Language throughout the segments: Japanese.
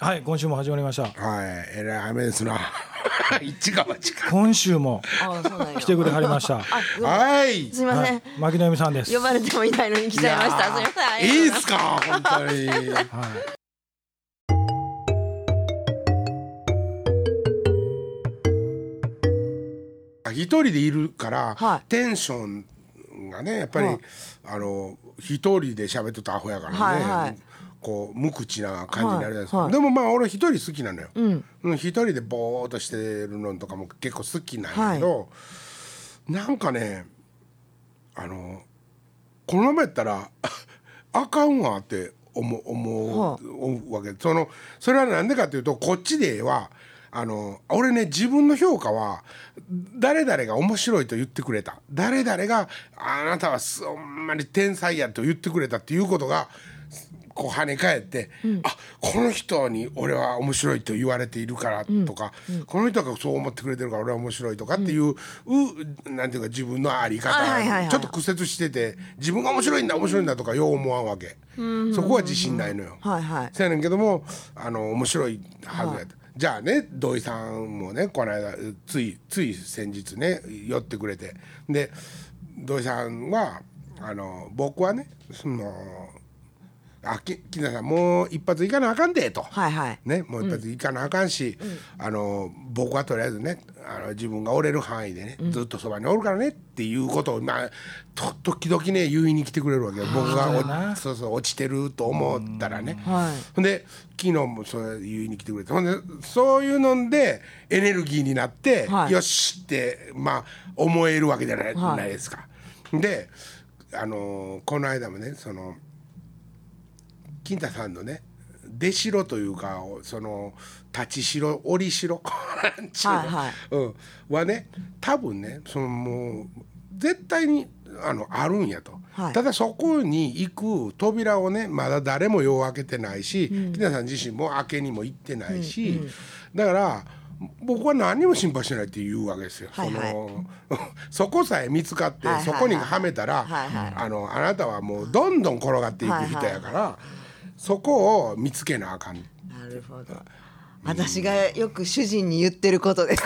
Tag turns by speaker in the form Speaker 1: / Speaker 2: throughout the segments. Speaker 1: はい今週も始まりました
Speaker 2: はい、えらい雨ですな。一か八か。
Speaker 1: 今週も
Speaker 3: あそうなんや
Speaker 1: 来てくれはりました
Speaker 3: あどうも
Speaker 2: はい。
Speaker 3: すいません、
Speaker 1: はい牧野由美さんです
Speaker 3: 呼ばれてもいないのに来ちゃいましたすいませんあ
Speaker 2: い
Speaker 3: りがとうござい
Speaker 2: い
Speaker 3: ま
Speaker 2: っすか、本当に。
Speaker 1: はい
Speaker 2: 一人でいるから、
Speaker 3: はい
Speaker 2: テンションがね、やっぱり、
Speaker 3: はい
Speaker 2: あの、一人で喋っとったアホやからね。
Speaker 3: はいはい
Speaker 2: こう無口な感じになるじゃないですか、
Speaker 3: はいはい
Speaker 2: でもまあ俺一人好きなのよ、
Speaker 3: ん
Speaker 2: うん一人でぼーっとしてるのとかも結構好きなんやけど、なんかねあのこのままやったら あかんわって思う思
Speaker 3: は
Speaker 2: う思うわけそのそれは何でかというとこっちではあの俺ね自分の評価は誰々が面白いと言ってくれた誰々があなたはすほんまに天才やと言ってくれたっていうことがこう跳ね返って、あこの人に俺は面白いと言われているからとか、この人がそう思ってくれてるから俺は面白いとかっていう,、うなんていうか自分のあり方、
Speaker 3: あはいはいはい
Speaker 2: ちょっと屈折してて自分が面白いんだ面白いんだとかよう思わんわけ、そこは自信ないのよ。
Speaker 3: すはいはい
Speaker 2: せやねんけどもあの面白いはずやと、じゃあね土井さんもねこの間うついつい先日ね寄ってくれてで土井さんはあの僕はねそのあき木田さんもう一発いかなあかんでと。
Speaker 3: はいはい
Speaker 2: ね、もう一発行かなあかんし、あの僕はとりあえずねあの自分が折れる範囲でね、ずっとそばにおるからねっていうことを、まあ、と時々ね言いに来てくれるわけよ僕
Speaker 1: そうや
Speaker 2: が
Speaker 1: な
Speaker 2: おそうそう落ちてると思ったらね、
Speaker 3: は
Speaker 2: ほんで昨日もそれ言いに来てくれてほんでそういうのでエネルギーになって、
Speaker 3: はい
Speaker 2: よしって、まあ、思えるわけじゃない,、
Speaker 3: はい
Speaker 2: ないですか。であのこの間もねその金太さんのね出城というかその立ち城折り城なんちゅうの
Speaker 3: はいはい
Speaker 2: うん、はね多分ねそのもう絶対にあのあるんやと、
Speaker 3: はい
Speaker 2: ただそこに行く扉をねまだ誰もよう開けてないし、木田さん自身も開けにも行ってないし、だから僕は何にも心配してないって言うわけですよ。
Speaker 3: はいはい
Speaker 2: その そこさえ見つかって、
Speaker 3: はいはいはい
Speaker 2: そこにはめたら、
Speaker 3: はいはい
Speaker 2: あのあなたはもうどんどん転がっていく人やから、そこを見つけなあかん。
Speaker 3: なるほど私がよく主人に言ってることです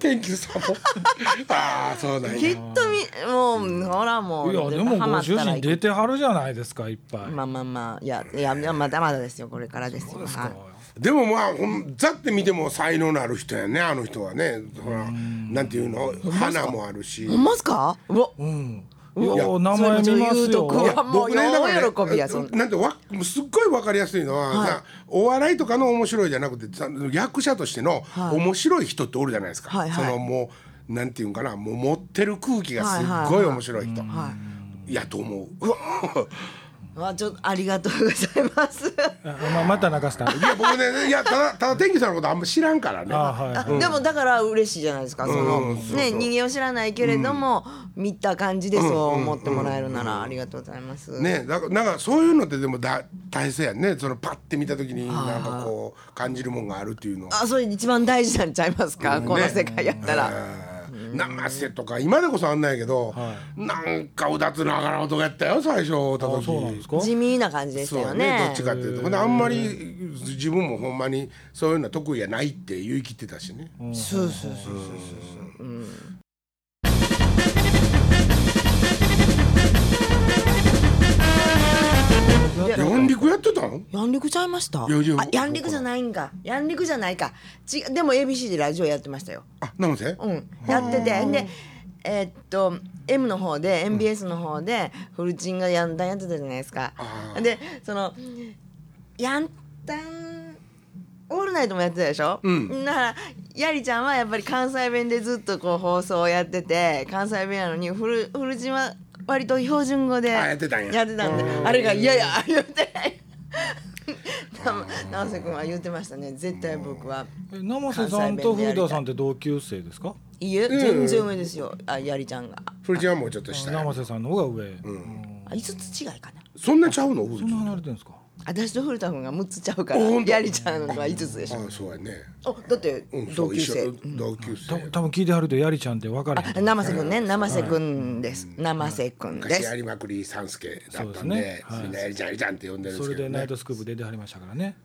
Speaker 2: 天気さんも ああそうなん
Speaker 3: きっ
Speaker 2: や。
Speaker 3: とみもうほらもう
Speaker 1: いやでも
Speaker 3: ハマ
Speaker 1: ご
Speaker 3: っ
Speaker 1: 主
Speaker 3: たら
Speaker 1: 人
Speaker 3: 行く
Speaker 1: 出てはるじゃないですかいっぱい、
Speaker 3: まあまあまあいやいやいやまだまだですよこれからですよはい
Speaker 2: でもまあほんざって見ても才能のある人やねあの人はねほらなんていうの花もあるし。
Speaker 3: ほんますかうわ
Speaker 1: うん
Speaker 3: うわ
Speaker 1: いや名前見ます
Speaker 3: そういうこと言うと
Speaker 1: よ
Speaker 3: こう
Speaker 1: いや
Speaker 3: わもう
Speaker 2: 僕ねだからね
Speaker 3: 喜びやそんな
Speaker 2: なんてわもうすっごいわかりやすいのは、さお笑いとかの面白いじゃなくてさ役者としての
Speaker 3: はい
Speaker 2: 面白い人っておるじゃないですか、
Speaker 3: はいはい
Speaker 2: そのもうなんていうんかなもう持ってる空気がすっ
Speaker 3: は
Speaker 2: ご
Speaker 3: いはいいはい
Speaker 2: 面白い人、
Speaker 3: はい
Speaker 2: やと思う。
Speaker 3: わちょっとありがとうございます。
Speaker 1: まあまた中須さん
Speaker 2: いや僕ねいやただただ天気さんのことあんま知らんからね。
Speaker 1: あはい
Speaker 3: あでもだから嬉しいじゃないですか。そ
Speaker 2: うんう
Speaker 3: の
Speaker 2: んそう
Speaker 3: ね
Speaker 2: そう
Speaker 3: 人間を知らないけれども見た感じでそう思ってもらえるならありがとうございます。
Speaker 2: ねだからなんかそういうのってでもだ大切やんねそのパッて見た時になんかこう感じるもんがあるっていうのは。
Speaker 3: あそれ一番大事なんちゃいますか。この世界やったら。
Speaker 2: 生瀬とか今でこそあんないけど、なんかうだつながら音がやったよ最初会った
Speaker 1: あ
Speaker 2: 時
Speaker 1: そうなんですか
Speaker 3: 地味な感じでした
Speaker 2: そう
Speaker 3: よ
Speaker 2: やねど
Speaker 3: ね
Speaker 2: っち。かっていうとほんであんまり自分もほんまにそういうのは得意やないって言い切ってたしね、
Speaker 3: そうそうそうそうそう。うんいや
Speaker 2: ヤンリクやってたの
Speaker 3: ヤンリクちゃいました。あ
Speaker 2: いやいや
Speaker 3: ヤンリクじゃないんか。ヤンリクじゃないか。ちでも ABC でラジオやってましたよ。
Speaker 2: あなんせ、
Speaker 3: うん、やっててでえーっと M の方で MBS の方でフルチンがヤンタンやってたじゃないですか
Speaker 2: あ。ー
Speaker 3: でそのヤンタンオールナイトもやってたでしょ、
Speaker 2: うん
Speaker 3: だからやりちゃんはやっぱり関西弁でずっとこう放送をやってて関西弁やのにフルフルチンは割と標準語で
Speaker 2: あやってたんや
Speaker 3: やってたんであれが「いやいや」言って。な瀬君は言ってましたね絶対僕は。
Speaker 1: え生瀬さんと古田さんって同級生ですか
Speaker 3: いえ、全然上ですよ。あ、やりちゃんが。
Speaker 2: フルチンはもうちょっとした
Speaker 1: 生瀬さんの方が上、
Speaker 3: あ、五つ違いかな。
Speaker 2: そんなちゃうの
Speaker 1: そんな離れてるんですか
Speaker 3: 私と古田君が6つちゃうから
Speaker 2: あほんと
Speaker 3: やりちゃんのが5つでしょ
Speaker 2: あそうやね、
Speaker 3: おだって
Speaker 2: うん、そ
Speaker 3: 同
Speaker 2: う
Speaker 3: 級
Speaker 2: 一
Speaker 3: 生、
Speaker 2: 緒同級
Speaker 1: た
Speaker 2: 生
Speaker 1: 多分聞いてはるとやりちゃんって分かれへん
Speaker 3: あ生瀬君ね生瀬君です、生瀬君で
Speaker 2: 昔
Speaker 3: す
Speaker 2: 有馬栗三助だった
Speaker 1: そうんです
Speaker 2: で
Speaker 1: ねはい
Speaker 2: みんなやりちゃんやりちゃんって呼んでるんで
Speaker 1: そ
Speaker 2: す
Speaker 1: れ
Speaker 2: け
Speaker 1: で
Speaker 2: ど
Speaker 1: ナイ
Speaker 2: ね
Speaker 1: トスクープ出てはりましたからね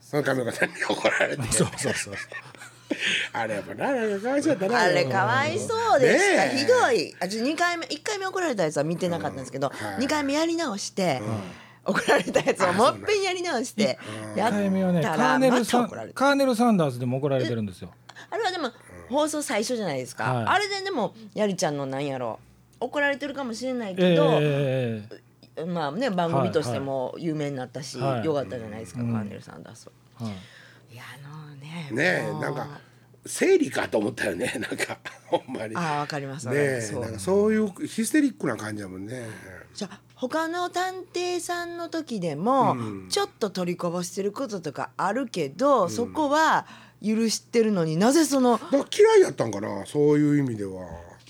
Speaker 2: その髪型に怒られて
Speaker 1: そうそうそう
Speaker 2: あれやっぱななんかかわいそうやったな
Speaker 3: あれかわいそうでした、
Speaker 2: ねえ
Speaker 3: ひどいあちょ二回目1回目怒られたやつは見てなかったんですけど、
Speaker 2: うんはい
Speaker 3: 二回目やり直して、怒られたやつをもっぺんやり直してや
Speaker 1: 1
Speaker 3: っ
Speaker 1: 回目はねカ
Speaker 3: たら
Speaker 1: ーネ
Speaker 3: ま
Speaker 1: ル
Speaker 3: た
Speaker 1: サン
Speaker 3: 怒られた
Speaker 1: カーネルサンダースでも怒られてるんですよ
Speaker 3: あれはでも放送最初じゃないですか、
Speaker 1: はい
Speaker 3: あれででもやりちゃんのなんやろ怒られてるかもしれないけど、
Speaker 1: えええええ
Speaker 3: まあね番組としても有名になったし、
Speaker 1: はい
Speaker 3: よかったじゃないですか、カーネル・サンダースは。
Speaker 1: えはい
Speaker 3: いやあのね
Speaker 2: ねえ
Speaker 3: もう
Speaker 2: なんか生理かと思ったよね なんかほんまに
Speaker 3: あ
Speaker 2: ね
Speaker 3: ーわかりますわかりま
Speaker 2: え
Speaker 3: すそう
Speaker 2: なんかそういうヒステリックな感じやもんね
Speaker 3: じゃあ他の探偵さんの時でも、ちょっと取りこぼしてることとかあるけど、そこは許してるのになぜその
Speaker 2: だから嫌いやったんかなそういう意味では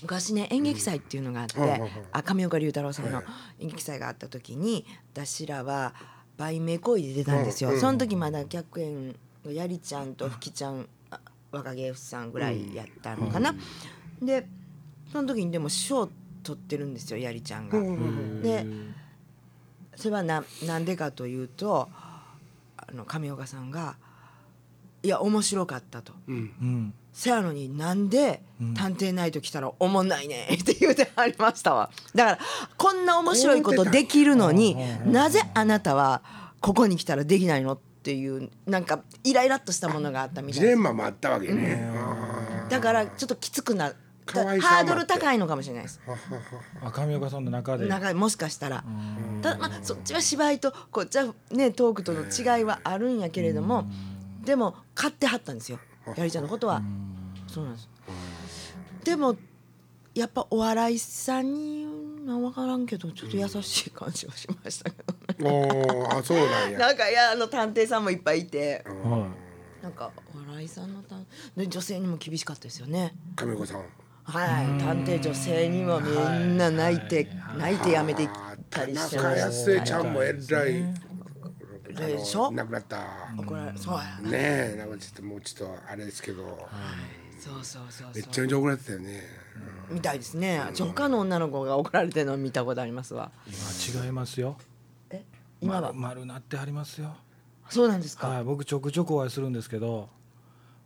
Speaker 3: 昔ね演劇祭っていうのがあって、
Speaker 2: うんはいはいはい
Speaker 3: あ上岡龍太郎さんの演劇祭があった時に私らは売名行為で出たんですよ、
Speaker 2: うんうん
Speaker 3: その時まだ客演のやりちゃんとふきちゃんあ若芸夫さんぐらいやったのかな、でその時にでも賞取ってるんですよやりちゃんが。でそれはななんでかというとあの上岡さんが「いや面白かった」と。
Speaker 1: うん
Speaker 3: せやのになんで「探偵ナイト」来たらおもんないねん って言うてはりましたわだからこんな面白いことできるのになぜあなたはここに来たらできないのっていうなんかイライラっとしたものがあったみ
Speaker 2: ジ
Speaker 3: たいで
Speaker 2: レ
Speaker 3: す
Speaker 2: ンマもあったわけねあ
Speaker 3: だからちょっときつくな
Speaker 2: かわいさもあ
Speaker 3: ハ
Speaker 2: っ
Speaker 3: ー
Speaker 2: て
Speaker 3: ドル高いのかもしれないです
Speaker 1: あ上岡さんの中で
Speaker 3: 長いもしかしたらただまあそっちは芝居とこっちはねトークとの違いはあるんやけれどもでも買ってはったんですよやりちゃんのことはそうなんですでもやっぱお笑いさんにまあ分からんけどちょっと優しい感じはしましたけどね
Speaker 2: ーおーあそうなんや
Speaker 3: なんかいやあの探偵さんもいっぱいいて
Speaker 1: は
Speaker 3: なんかお笑いさんの探で女性にも厳しかったですよね
Speaker 2: 亀子さん
Speaker 3: はい探偵女性にもみんな泣いて泣いてやめていっ
Speaker 2: あー
Speaker 3: た
Speaker 2: 田
Speaker 3: りして
Speaker 2: 中
Speaker 3: ました
Speaker 2: 康ちゃんもえらいあの
Speaker 3: でしょ
Speaker 2: 亡くなった
Speaker 3: 怒られそうや
Speaker 2: ね
Speaker 3: な
Speaker 2: えなんかちょっともうちょっとあれですけど
Speaker 3: そうそうそう
Speaker 2: めっ
Speaker 3: そ
Speaker 2: ちゃ
Speaker 3: う
Speaker 2: めちゃ怒られてたよね
Speaker 3: みたいですねじゃあ他の女の子が怒られてるの見たことありますわ
Speaker 1: い今違いますよ
Speaker 3: え今は
Speaker 1: 丸丸なってありますよ
Speaker 3: そうなんですか
Speaker 1: はい、僕ちょくちょくお会いするんですけど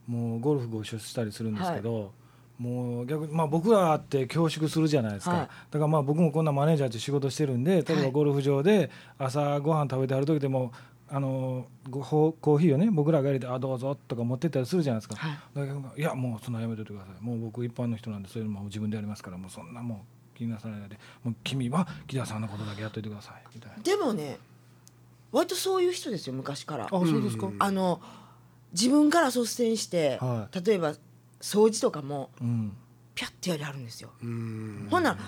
Speaker 1: もうゴルフご一緒したりするんですけど、もう逆に、まあ、僕らって恐縮するじゃないですか、
Speaker 3: は
Speaker 1: だ
Speaker 3: い
Speaker 1: からまあ僕もこんなマネージャーって仕事してるんで例え
Speaker 3: は
Speaker 1: ば
Speaker 3: い
Speaker 1: ゴルフ場で朝ご飯食べてはる時でもあのごほコーヒーをね僕らが入れて「あどうぞ」とか持ってったりするじゃないですか、
Speaker 3: はい
Speaker 1: だけどいやもうそんなやめといてくださいもう僕一般の人なんでそういうのも自分でやりますからもうそんなもう気になさらないでもう君は木田さんのことだけやっといてくださいみたいな。
Speaker 3: でもね割とそういう人ですよ昔から
Speaker 1: あそうですか、
Speaker 3: あの自分から率先して
Speaker 1: は
Speaker 3: 例えば掃除とかも
Speaker 1: うん
Speaker 3: ピャッてやりはるんですよ
Speaker 2: うん
Speaker 3: ほんなら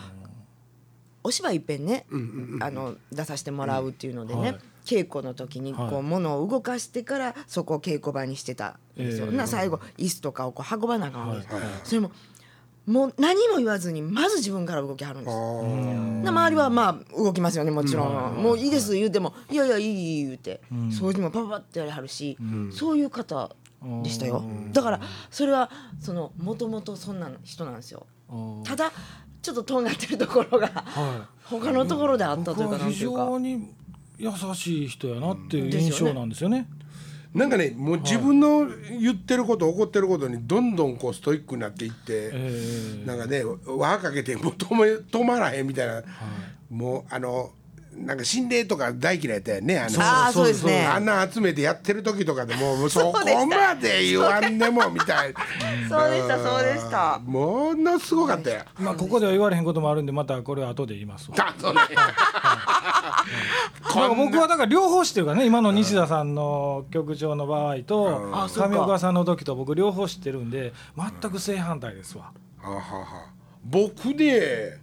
Speaker 3: お芝居いっぺんね
Speaker 2: うんうん
Speaker 3: あの出させてもらうっていうのでね、
Speaker 1: はい
Speaker 3: 稽古の時に
Speaker 1: はい
Speaker 3: こう物を動かしてからそこを稽古場にしてたんですよ、
Speaker 1: ええ
Speaker 3: ほんなら最後椅子とかをこう運ばなあかんわけです、
Speaker 1: はい
Speaker 3: それももう何も言わずにまず自分から動きはるんで
Speaker 2: あ
Speaker 3: すよ
Speaker 2: ー
Speaker 3: な周りはまあ動きますよねもちろん、もういいです言うても「いやいやいいいい」言うて、掃除もパパパってやりはるし、そういう方でしたよだからそれはそのもともとそんな人なんですよ
Speaker 1: あー
Speaker 3: ただちょっととんがってるところが、
Speaker 1: はい
Speaker 3: 他のところであったと
Speaker 1: 僕
Speaker 3: いうか
Speaker 1: は
Speaker 3: なん
Speaker 1: 非
Speaker 3: ていうか
Speaker 1: 常に優しい人やなっていう
Speaker 3: ですよね
Speaker 1: 印象なんですよね。
Speaker 2: なんかねもう自分の言ってること怒ってることにどんどんこうストイックになっていって、
Speaker 1: え
Speaker 2: なんかね輪かけてもう止め止まらへんみたいな、もうあのなんか心霊とか大嫌いだったよねあの
Speaker 3: ああそうですね
Speaker 2: あんなん集めてやってる時とかでもうもうそ
Speaker 3: そうでした
Speaker 2: こまで言わんでもみたいな
Speaker 3: そうでしたそうでした
Speaker 2: ものすごかったよ。
Speaker 1: ーまあここでは言われへんこともあるんでまたこれは後で言いますわ。
Speaker 2: だそうね
Speaker 1: だから僕はだから両方知ってるからね今の西田さんの曲調の場合と
Speaker 2: うん
Speaker 3: あそうか
Speaker 1: 上岡さんの時と僕両方知ってるんで全く正反対ですわ。
Speaker 2: あはは僕で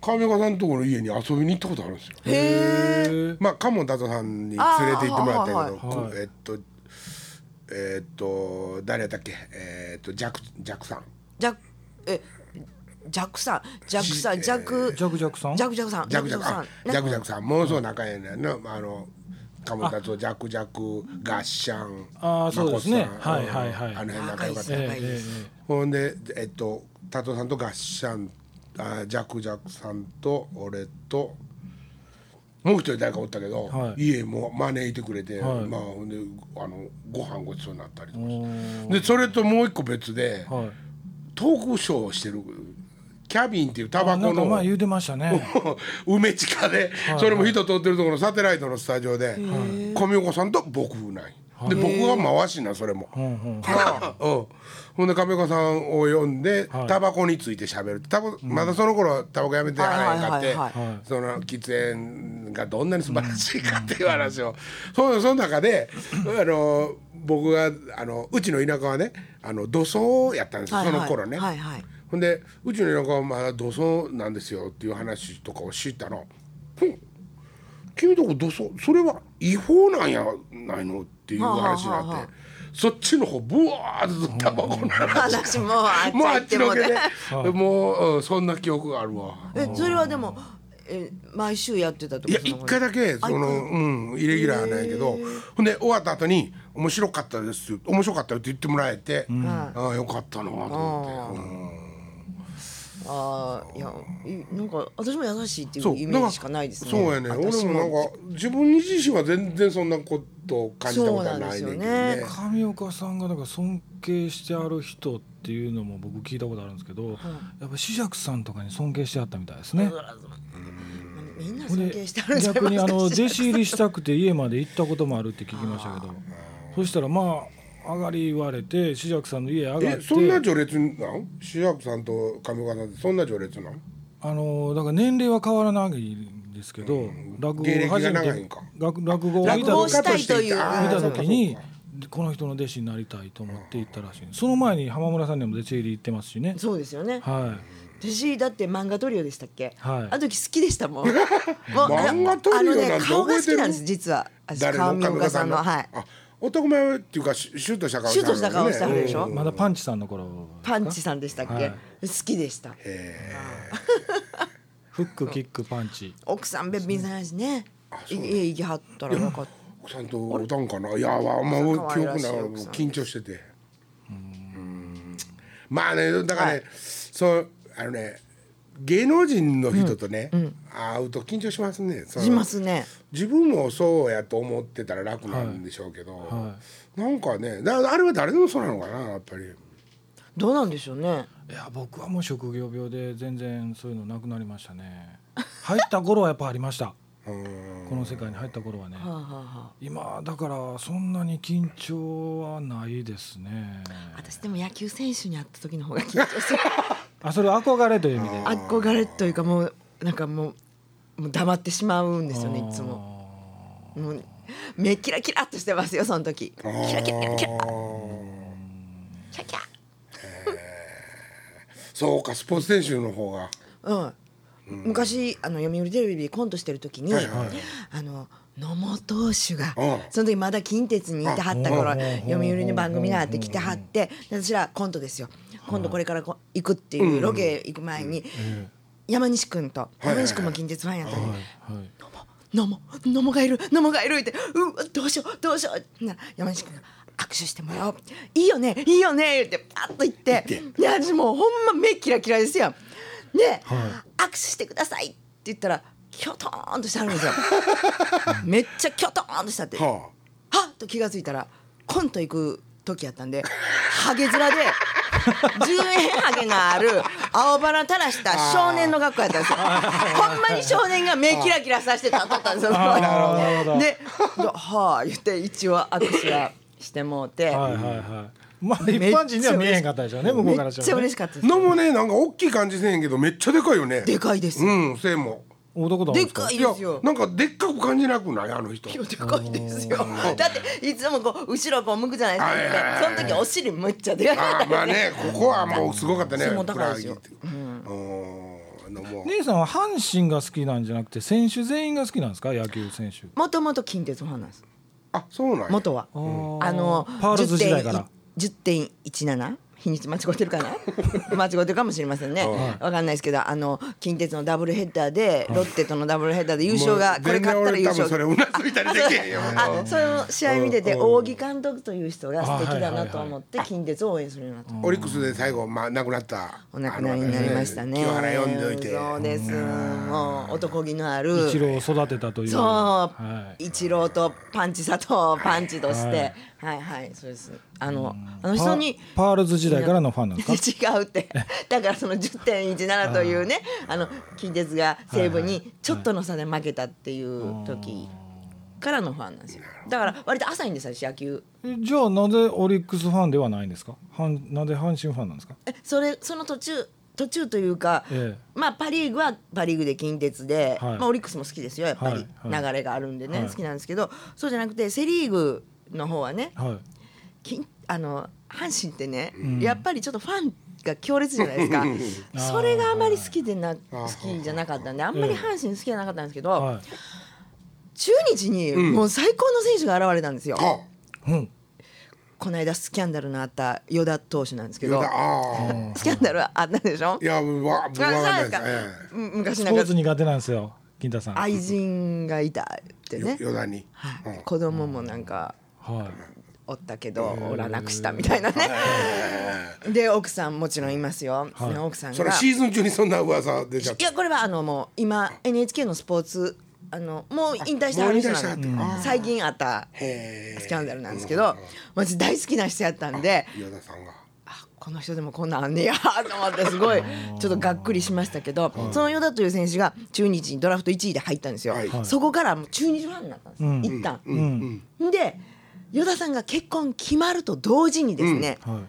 Speaker 2: 亀岡さんのところの家に遊びに行ったことあるんですよ。
Speaker 1: へえ。
Speaker 2: まあ、カモンダトさんに連れて行ってもらったけど、
Speaker 3: あー
Speaker 1: はいはい
Speaker 2: えっとえっと誰やったっけえっとジャクジャクさん
Speaker 3: ジャックえジャックさんジャックさんジャック
Speaker 1: ジャクジャクさん。
Speaker 3: ジャクジャクさん
Speaker 2: ジャクジャクさんジャクジャクさんものすごい仲いいねんなあの鴨達夫ジャックジャックガッシャン
Speaker 1: あーそうですね
Speaker 2: マコさん
Speaker 1: はいはいはい
Speaker 2: あの辺仲良かった
Speaker 3: ええ
Speaker 1: ええ
Speaker 2: ほんでえっとタトさんとガッシャンあジャックジャックさんと俺ともう一人誰かおったけど、
Speaker 1: はい
Speaker 2: 家も招いてくれて、
Speaker 1: はい
Speaker 2: まあほんであのご飯ごちそうになったりと
Speaker 1: ええ
Speaker 2: かして
Speaker 1: え
Speaker 2: でそれともう一個別で、
Speaker 1: おーはい
Speaker 2: トークショーをしてるキャビンっていうタ
Speaker 1: あ
Speaker 2: バ
Speaker 1: な
Speaker 2: コ
Speaker 1: んか
Speaker 2: の
Speaker 1: 前言うてましたね
Speaker 2: 梅地下で、それも人通ってるところのサテライトのスタジオで小宮子さんと僕ない、で僕が回しなそれも、
Speaker 1: うんうん
Speaker 2: うん、ほんで亀子さんを呼んで、
Speaker 1: い
Speaker 2: タバコについて喋るタバまだその頃タバコやめて
Speaker 3: はい
Speaker 2: 払えんかって、
Speaker 3: はいはい
Speaker 1: はいはい
Speaker 2: その喫煙がどんなに素晴らしいかっていう話を、そその中であの僕があのうちの田舎はねあの土葬やったんですよ、
Speaker 3: はいはい
Speaker 2: その頃ね。
Speaker 3: はいはい
Speaker 2: ほんでうちの田舎はまだ土葬なんですよっていう話とかを知ったら「ふん君とこ土葬それは違法なんやないの?」っていう話になって、
Speaker 3: はあはあはあ
Speaker 2: そっちの方ブワーッとタバコの 話
Speaker 3: 私もうあっち
Speaker 2: もうあ
Speaker 3: 行
Speaker 2: っ
Speaker 3: っ
Speaker 2: ち
Speaker 3: て
Speaker 2: の
Speaker 3: も
Speaker 2: けで
Speaker 3: ね。
Speaker 2: もう、うんそんな記憶があるわ。
Speaker 3: えそれはでもえ毎週やってたと
Speaker 2: いや
Speaker 3: かその
Speaker 2: 一回だけそのうんイレギュラーなんやけどほんで終わった後に「面白かったですよ」面白かったよって言ってもらえて、ああよかったなと思って。うん
Speaker 3: ああいやいなんか私も優しいってい
Speaker 2: そうう
Speaker 3: イメージしかないですね
Speaker 2: そうやね俺
Speaker 3: 私
Speaker 2: もなんか自分自身は全然そんなことを感じたことはないねんけどね
Speaker 3: そうなんですよね
Speaker 1: 上岡さんがだから尊敬してある人っていうのも僕聞いたことあるんですけど、やっぱ紫尺さんとかに尊敬してあったみたいですね。
Speaker 3: みんな
Speaker 1: ほん
Speaker 3: 尊
Speaker 1: で
Speaker 3: 敬してあるんじゃない
Speaker 1: 逆にあの弟子
Speaker 3: ですか
Speaker 1: 入りしたくて家まで行ったこともあるって聞きましたけどそしたらまあ上がり言われて紫尺さんの家上がっ
Speaker 2: え
Speaker 1: て
Speaker 2: そんな序列なん志らくさんと上岡さんってそんな序列なん
Speaker 1: あのだから年齢は変わらないんですけど、落語を
Speaker 2: 芸歴が
Speaker 1: 初め
Speaker 2: 長いん
Speaker 1: て
Speaker 2: か
Speaker 1: 落落語を見た
Speaker 3: 落語を
Speaker 1: 時
Speaker 3: したいという
Speaker 2: あ
Speaker 1: 見
Speaker 2: ー
Speaker 1: た時に
Speaker 2: そうか
Speaker 1: この人の弟子になりたいと思って行ったらしいその前に浜村さんにも弟子入り行ってますしね
Speaker 3: そうですよね
Speaker 1: は
Speaker 3: 私だって漫画トリオでしたっけ、
Speaker 1: はい
Speaker 3: あの時好きでし たもんもう
Speaker 2: 漫画トリオなんて
Speaker 3: あのね顔が好きなんで
Speaker 2: 覚え
Speaker 3: す
Speaker 2: てる
Speaker 3: 実は私
Speaker 2: 誰
Speaker 3: 川
Speaker 2: の
Speaker 3: 上
Speaker 2: 上
Speaker 3: 岡
Speaker 2: 岡
Speaker 3: さ
Speaker 2: さ
Speaker 3: ん
Speaker 2: ん
Speaker 3: の
Speaker 2: の
Speaker 3: はい
Speaker 2: あ男前っていうかシュシュッとした顔
Speaker 3: シュッとした顔してはるでしょ
Speaker 1: いまだパンチさんの頃
Speaker 3: パンチさんでしたっけ、
Speaker 1: はい
Speaker 3: 好きでした
Speaker 1: フックキックパンチ
Speaker 3: 奥さんべっぴんさんやしねい家行きはったらなかった
Speaker 2: ちゃんとおたんかないやあんま
Speaker 3: お
Speaker 2: 記
Speaker 3: 父
Speaker 2: 憶な
Speaker 3: さん
Speaker 2: い
Speaker 3: 可愛らしい奥さん
Speaker 2: 緊張しててうんまあねだからね、
Speaker 3: はい
Speaker 2: そうあのね芸能人の人とね、会うと緊張しますねその
Speaker 3: しますね
Speaker 2: 自分もそうやと思ってたら楽なんでしょうけど、
Speaker 1: は
Speaker 2: なんかねだあれは誰でもそうなのかなやっぱり
Speaker 3: どうなんでしょうね
Speaker 1: いや僕はもう職業病で全然そういうのなくなりましたね入った頃はやっぱありました
Speaker 2: うん
Speaker 1: この世界に入った頃はね
Speaker 3: はあはあは
Speaker 1: 今だからそんなに緊張はないですね
Speaker 3: あ私でも野球選手に会った時の方が緊張する
Speaker 1: あそれは憧れという意味で
Speaker 3: 憧れというかもうなんかもうもう黙ってしまうんですよねいつももう目キラキラっとしてますよその時キラキラキラキラキラキラ
Speaker 2: そうかスポーツ選手の方が
Speaker 3: うん、昔あの読売テレビでコントしてる時に、
Speaker 2: はいはい
Speaker 3: あの野茂投手が
Speaker 2: うん
Speaker 3: その時まだ近鉄にいてはった頃
Speaker 1: うん
Speaker 3: 読売の番組があって来てはってで私らコントですよ今度これからこ行くっていうロケ行く前に山西君と
Speaker 2: いはい
Speaker 3: 山西君も近鉄ファンやったんで
Speaker 1: はいはい
Speaker 3: 「野茂野茂がいる野茂がいる」って「うわどうしようどうしよう」な山西君が握手してもらおう「いいよねいいよね」ってパッと言ってで私もうほんま目キラキラですよ。で、握手してくださいって言ったらキョトーンとしてはるんですよめっちゃキョトーンとしたっては
Speaker 2: は
Speaker 3: っと気がついたらコント行く時やったんでハゲ面で10円ハゲがある青バラ垂らした少年の学校やっ たんですよほんまに少年が目キラキラさせてたとったん ですよ
Speaker 1: あーなるほど
Speaker 3: で「はあ」言って一応握手はしてもうて、
Speaker 1: はいはいはい。まあ一般人には見えへんかったでしょうね向こう
Speaker 3: め
Speaker 1: から
Speaker 3: っ
Speaker 1: し
Speaker 3: ち
Speaker 1: た
Speaker 3: ゃ
Speaker 1: ら、
Speaker 3: 嬉
Speaker 1: ね
Speaker 3: し。かったです
Speaker 2: のもねなんか大きい感じせえへんけどめっちゃでかいよね
Speaker 3: でかいです、
Speaker 2: うんせいも
Speaker 1: 男だもん
Speaker 3: です
Speaker 1: か
Speaker 3: かい
Speaker 2: い
Speaker 3: ですよ
Speaker 2: なんかでっかく感じなくないあの人
Speaker 3: いやでかいですよ。 だっていつもこう後ろこう向くじゃない
Speaker 2: はい
Speaker 3: です
Speaker 2: はい
Speaker 3: か。
Speaker 2: はい
Speaker 3: その時お尻むっちゃでかい
Speaker 2: あーまあ ねここはもうすごかったね
Speaker 3: 背も高いですよ
Speaker 2: ふくらはぎってうんのもう
Speaker 1: 姉さんは阪神が好きなんじゃなくて選手全員が好きなんですか野球選手。
Speaker 3: もともと近鉄ファンなんです。
Speaker 2: あそうなんや
Speaker 3: 元は。
Speaker 1: あー
Speaker 3: あの
Speaker 1: パールズ時代から。
Speaker 3: 10.17日にち間違ってるかな間違ってるかもしれませんね
Speaker 2: は
Speaker 3: わかんないですけどあの近鉄のダブルヘッダーでロッテとのダブルヘッダーで優勝がこれ勝ったら優
Speaker 2: もう全然俺多分
Speaker 3: 勝
Speaker 2: それうなずいたりできへん よ
Speaker 3: あその試合見てて
Speaker 2: うん
Speaker 3: 大木監督という人が素敵だなと思って
Speaker 1: あ
Speaker 3: 近鉄を応援するようになった。
Speaker 2: オリックスで最後、まあ、亡くなった
Speaker 3: お亡くなりになりましたね。
Speaker 2: あの清原読んでおいて
Speaker 3: そうです。もう男気のある。
Speaker 1: 一郎を育てたという
Speaker 3: そう、
Speaker 1: はい、
Speaker 3: 一郎とパンチ佐藤パンチとして、はい、はいそうです。あのあの人に。
Speaker 1: パパールズ時代からのファンなんですか
Speaker 3: 違う ってだからその10.17というねあの近鉄が西武にちょっとの差で負けたっていう時からのファンなんですよだから割と浅いんですよ私野球
Speaker 1: えじゃあなぜオリックスファンではないんですかはんなぜ阪神ファンなんですか
Speaker 3: えそれその途中途中というか、
Speaker 1: え
Speaker 3: まあ、パ・リーグはパ・リーグで近鉄で、
Speaker 1: はい
Speaker 3: まあ、オリックスも好きですよやっぱり、
Speaker 1: はいはい
Speaker 3: 流れがあるんでね、
Speaker 1: はい
Speaker 3: 好きなんですけどそうじゃなくてセ・リーグの方はね
Speaker 1: はい
Speaker 3: 近あの阪神ってね、やっぱりちょっとファンが強烈じゃない ですかそれがあまり好きでな好きじゃなかったんであんまり阪神好きじゃなかったんですけど、
Speaker 1: は
Speaker 3: 中日にもう最高の選手が現れたんですよ、
Speaker 2: あ
Speaker 1: いうん
Speaker 3: この間スキャンダルのあった与田投手なんですけ
Speaker 2: よ
Speaker 3: ど
Speaker 2: だああ
Speaker 3: スキャンダルあったでしょ
Speaker 2: いやわ わかん
Speaker 3: そう
Speaker 2: な
Speaker 3: ない
Speaker 2: で
Speaker 3: んで
Speaker 2: す
Speaker 3: すか、
Speaker 2: え
Speaker 3: うん昔
Speaker 1: ス
Speaker 3: な
Speaker 1: ポ
Speaker 3: ん
Speaker 1: ー
Speaker 3: か
Speaker 1: ツ苦手なんですよ金田さんはい
Speaker 3: 愛人がいたって
Speaker 2: えよ
Speaker 3: ね、
Speaker 2: 余談に、
Speaker 3: は
Speaker 2: うん、
Speaker 3: い子供もなんかおったけどおらなくしたみたいなねで奥さんもちろんいますよ、その奥さん
Speaker 2: それ
Speaker 3: が
Speaker 2: シーズン中にそんな噂出ちゃっ
Speaker 3: い
Speaker 2: た
Speaker 3: やこれはあのもう今 NHK のスポーツあのもう引退してはる人なんで
Speaker 2: もう引退してはってあー
Speaker 3: 最近あった
Speaker 2: へー
Speaker 3: スキャンダルなんですけど私大好きな人やったんで
Speaker 2: 与田さんが
Speaker 3: あこの人でもこんなんあんねやと思ってすごいちょっとがっくりしましたけどその与田という選手が中日にドラフト1位で入ったんですよ、
Speaker 2: はいはい
Speaker 3: そこからもう中日ファンになったんです、
Speaker 1: ん
Speaker 3: 一旦、
Speaker 1: うん
Speaker 3: で与田さんが結婚決まると同時にですね、
Speaker 1: は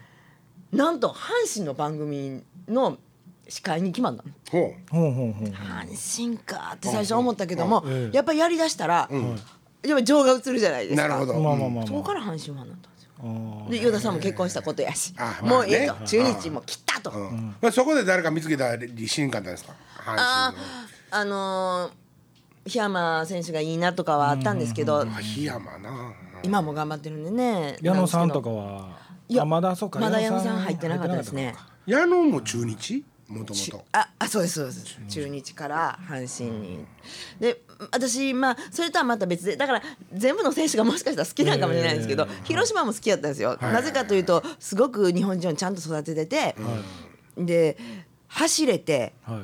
Speaker 3: なんと阪神の番組の司会に決まったの
Speaker 2: ほ
Speaker 1: いほうほうほう
Speaker 3: 阪神かって最初思ったけども、
Speaker 1: ええ
Speaker 3: やっぱりやりだしたら、やっぱ情が移るじゃないで
Speaker 2: う
Speaker 3: すか
Speaker 2: なるほど、
Speaker 1: まあまあまあ
Speaker 3: そ
Speaker 1: ま
Speaker 3: こ
Speaker 1: あ
Speaker 3: から阪神ファンになったんですよ
Speaker 1: あー
Speaker 3: で与田さんも結婚したことやし、
Speaker 2: あ
Speaker 3: もういい
Speaker 2: ま
Speaker 3: と、
Speaker 2: あね
Speaker 3: 中日も切ったと、
Speaker 2: うんそこで誰か見つけたりしんかったんですか阪
Speaker 3: あ
Speaker 2: 神
Speaker 3: ああのー、檜山選手がいいなとかはあったんですけど、
Speaker 2: のあ檜山な
Speaker 3: 今も頑張ってるんでね
Speaker 1: 矢野さんとか
Speaker 3: は
Speaker 1: はい
Speaker 3: や
Speaker 1: あまだそうか
Speaker 3: まだ矢野さん入ってなかったですね
Speaker 2: 矢野も中日もともと
Speaker 3: ああそうですそうです中日から阪神にで私まあそれとはまた別でだから全部の選手がもしかしたら好きなんかもしれないんですけど、
Speaker 1: え
Speaker 3: 広島も好きだったんですよ、
Speaker 2: い
Speaker 3: なぜかというとすごく日本人をちゃんと育ててて、で走れて
Speaker 1: はい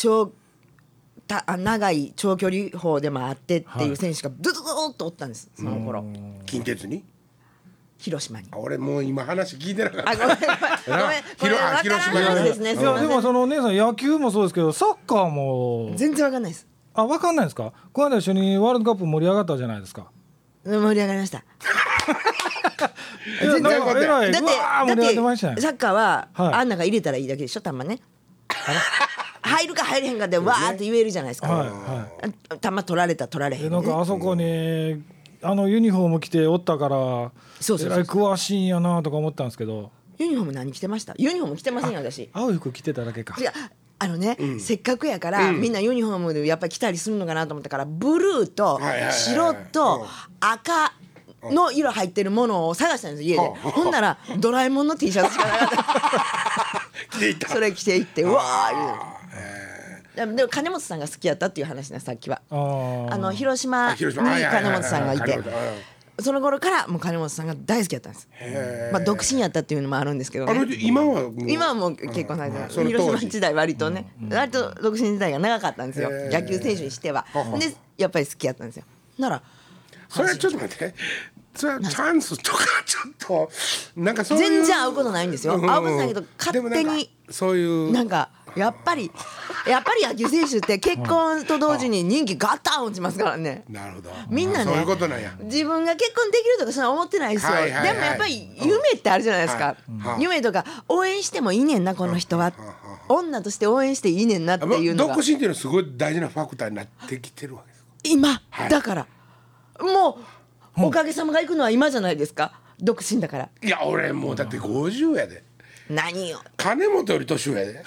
Speaker 3: 長たあ長い長距離砲でもあってってい
Speaker 1: は
Speaker 3: う
Speaker 1: い
Speaker 3: 選手がドドドーッとおったんですその頃、
Speaker 2: 近鉄に
Speaker 3: 広島に
Speaker 2: あ。俺もう今話聞いてなかっ
Speaker 3: あごめんごめんごめんこれ
Speaker 2: 広あ
Speaker 3: わからん
Speaker 2: 広島
Speaker 3: 話ですね
Speaker 1: い
Speaker 3: すいま
Speaker 1: や
Speaker 3: せ
Speaker 1: で
Speaker 3: ん
Speaker 1: もそのお姉さん野球もそうですけどサッカーも
Speaker 3: 全然わかんないです
Speaker 1: あわかんないですかこの間一緒にワールドカップ盛り上がったじゃないですか
Speaker 3: 盛り上がりました
Speaker 1: いや
Speaker 2: 全然
Speaker 1: なんかえらい
Speaker 3: だっ
Speaker 1: うわー盛り上がっ
Speaker 3: てだっ
Speaker 1: ててましたね
Speaker 3: サッカーは、
Speaker 1: はい
Speaker 3: あんなが入れたらいいだけでしょ玉ね入るか入れへん かでわーって言えるじゃないですか、
Speaker 1: はいは
Speaker 3: あ玉取られた取られ
Speaker 1: い
Speaker 3: へ
Speaker 1: で
Speaker 3: ん
Speaker 1: なんかあそこにあのユニフォーム着ておったから
Speaker 3: そうそうそう
Speaker 1: えらい詳しいんやなとか思ったんですけど
Speaker 3: ユニフォーム何着てましたユニフォーム着てませんよ私い
Speaker 1: 青い服着てただけか
Speaker 3: やあのね、せっかくやから、みんなユニフォームでやっぱり着たりするのかなと思ったからブルーと
Speaker 2: はいはいはい
Speaker 3: 白と赤の色入ってるものを探したんです家で
Speaker 2: うん
Speaker 3: ほんならドラえもんの T シャツしかなかった
Speaker 2: た来ていた
Speaker 3: それ着てい ってうわー言うでも金本さんが好きやったっていう話なさっきは
Speaker 1: あー
Speaker 3: あの広島
Speaker 2: あ
Speaker 3: に
Speaker 2: 広島はいはいはい
Speaker 3: 金本さんがい
Speaker 2: 金
Speaker 3: て
Speaker 2: 本さんうん
Speaker 3: その頃からもう金本さんが大好きやったんです
Speaker 2: へー
Speaker 3: まあ独身やったっていうのもあるんですけど
Speaker 2: あの
Speaker 3: ね
Speaker 2: 今はもう
Speaker 3: 今はもう結婚されて
Speaker 2: うん
Speaker 3: ま
Speaker 2: そ
Speaker 3: す
Speaker 2: の当時
Speaker 3: 広島時代割とね割と独身時代が長かったんですよ
Speaker 2: へー
Speaker 3: 野球選手にしては
Speaker 2: はは
Speaker 3: でやっぱり好きやったんですよなら
Speaker 2: それはちょっと待ってそれはチャンスとかちょっとなんかそういう
Speaker 3: 全然会うことないんですよ
Speaker 2: う
Speaker 3: 会うことないけど勝手
Speaker 2: で
Speaker 3: に
Speaker 2: もなんかそういう
Speaker 3: なんかやっぱりやっぱり野球選手って結婚と同時に人気ガタン落ちますからね
Speaker 2: なるほど
Speaker 3: みんなね
Speaker 2: そういうことなんや
Speaker 3: 自分が結婚できるとかそんな思ってないですよ、
Speaker 2: はいはいはい
Speaker 3: でもやっぱり夢ってあるじゃないですか、
Speaker 2: うんはい
Speaker 3: 夢とか応援してもいいねんなこの人は、女として応援していいねんなって
Speaker 2: ま
Speaker 3: いうの
Speaker 2: 独身
Speaker 3: が
Speaker 2: っていうのはすごい大事なファクターになってきてるわけですか
Speaker 3: 今、
Speaker 2: はい
Speaker 3: だからもうおかげさまが行くのは今じゃないですか独身だから
Speaker 2: いや俺もうだって50やで
Speaker 3: 何よ
Speaker 2: 金本より年上やで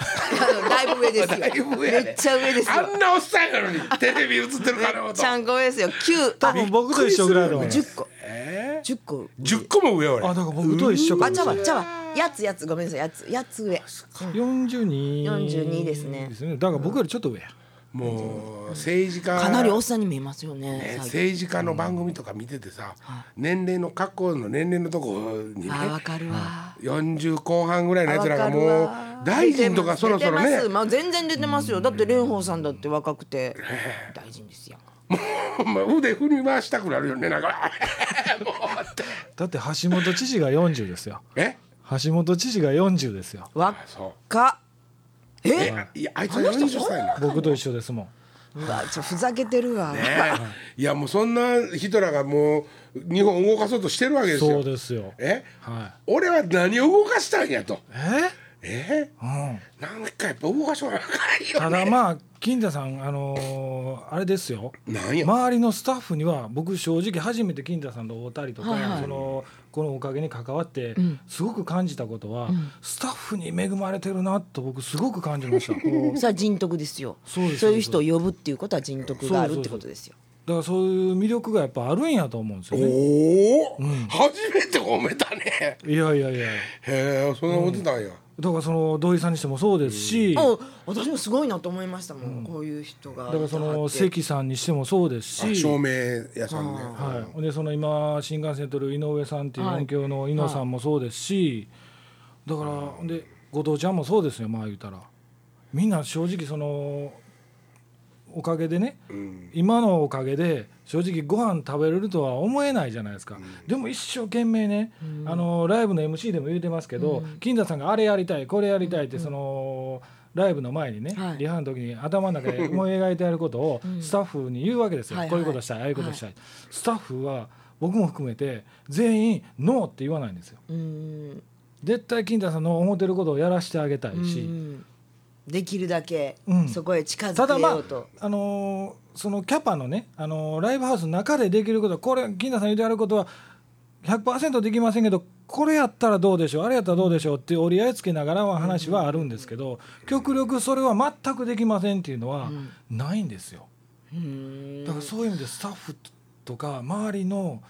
Speaker 3: だいぶ上ですよ
Speaker 2: だいぶ上
Speaker 3: め
Speaker 2: やで
Speaker 3: っちゃ上です
Speaker 2: あ
Speaker 3: よ
Speaker 2: んなおっさんやのにテレビ映ってる金本
Speaker 3: ちゃんこ上ですよ9
Speaker 1: 多分僕と一緒ぐらいだと思います
Speaker 3: 10個
Speaker 2: ええ
Speaker 3: 10個
Speaker 2: 10個も上俺
Speaker 1: あだから僕と一緒か
Speaker 3: あちゃわ
Speaker 1: う
Speaker 3: ちゃわやつやつごめんなさいやつやつ上
Speaker 1: 42
Speaker 3: 42ですね
Speaker 1: だから僕よりちょっと上や、
Speaker 2: もう政治家
Speaker 3: かなりおっさんに見えますよ
Speaker 2: ね
Speaker 3: ね最近
Speaker 2: 政治家の番組とか見ててさ、年齢の過去の年齢のとこにね
Speaker 3: あーわかるわ
Speaker 2: 40後半ぐらいのやつらが
Speaker 3: あわ
Speaker 2: もう
Speaker 3: かるわ
Speaker 2: 大臣とかそろそろ
Speaker 3: 出て
Speaker 2: ね
Speaker 3: ますまあ全然出てますよだって蓮舫さんだって若くて大臣ですよ
Speaker 2: ほんま腕振り回したくなるよねなんかもうって
Speaker 1: だって橋本知事が40ですよ
Speaker 2: え
Speaker 1: 橋本知事が40ですよ
Speaker 3: 若
Speaker 2: そ
Speaker 3: え
Speaker 2: ういやあいつは40歳なの
Speaker 1: 僕と一緒ですもん
Speaker 3: うわちょふざけてるわ、
Speaker 2: ねいやもうそんなヒトラーがもう日本を動かそうとしてるわけですよ
Speaker 1: そうですよ
Speaker 2: え
Speaker 1: は
Speaker 2: 俺は何を動かしたんやと
Speaker 1: いえ
Speaker 2: え
Speaker 1: うん
Speaker 2: なんかやっぱ動かしょうがないよ、ね、
Speaker 1: ただまあ金田さんあのーあれですよ
Speaker 2: なんや
Speaker 1: 周りのスタッフには僕正直初めて金田さんと会ったりとか、
Speaker 3: はいはい
Speaker 1: そのこのおかげに関わってすごく感じたことは、スタッフに恵まれてるなと僕すごく感じま した。
Speaker 3: それは人徳ですよ
Speaker 1: そうです
Speaker 3: いう人を呼ぶっていうことは人徳があるってことですよ
Speaker 1: だからそういう魅力がやっぱあるんやと思うんですよね。
Speaker 2: おお、初めて褒めたね
Speaker 1: いやいやいや。
Speaker 2: へえそんな思ってたんや、
Speaker 1: だからその土井さんにしてもそうですし、だ
Speaker 3: お私もすごいなと思いましたもん、こういう人が
Speaker 1: からそ
Speaker 3: いたは
Speaker 1: の
Speaker 3: って
Speaker 1: 関さんにしてもそうです
Speaker 2: あ
Speaker 1: し。
Speaker 2: 照明屋さんね、
Speaker 1: はい、でその今新幹線とる井上さんっていう音響の井野さんもそうですし、だからで後藤ちゃんもそうですよまあ言うたらみんな正直そのおかげでね、今のおかげで正直ご飯食べれるとは思えないじゃないですか、でも一生懸命ね、あのライブの MC でも言うてますけど、金田さんがあれやりたいこれやりたいってその。ライブの前にね、
Speaker 3: はい
Speaker 1: リハの時に頭の中 で思い描いてやることをスタッフに言うわけですよ、
Speaker 3: はいはい
Speaker 1: こういうことしたいああいうことしたい、スタッフは僕も含めて全員ノーって言わないんですよ
Speaker 3: うん
Speaker 1: 絶対金田さんの思ってることをやらしてあげた
Speaker 3: う
Speaker 1: いし、
Speaker 3: んできるだけ
Speaker 1: うん
Speaker 3: そこへ近づ
Speaker 1: ただ
Speaker 3: け
Speaker 1: ま
Speaker 3: よ
Speaker 1: あ
Speaker 3: うと、、
Speaker 1: あのーそのキャパのね、あのーライブハウスの中でできることこれ金田さん言うてやることは100%できませんけどこれやったらどうでしょうあれやったらどうでしょうっていう折り合いつけながらは話はあるんですけど極力それは全くできませんっていうのはないんですよ。
Speaker 3: うん
Speaker 1: だからそういう意味でスタッフとか周りの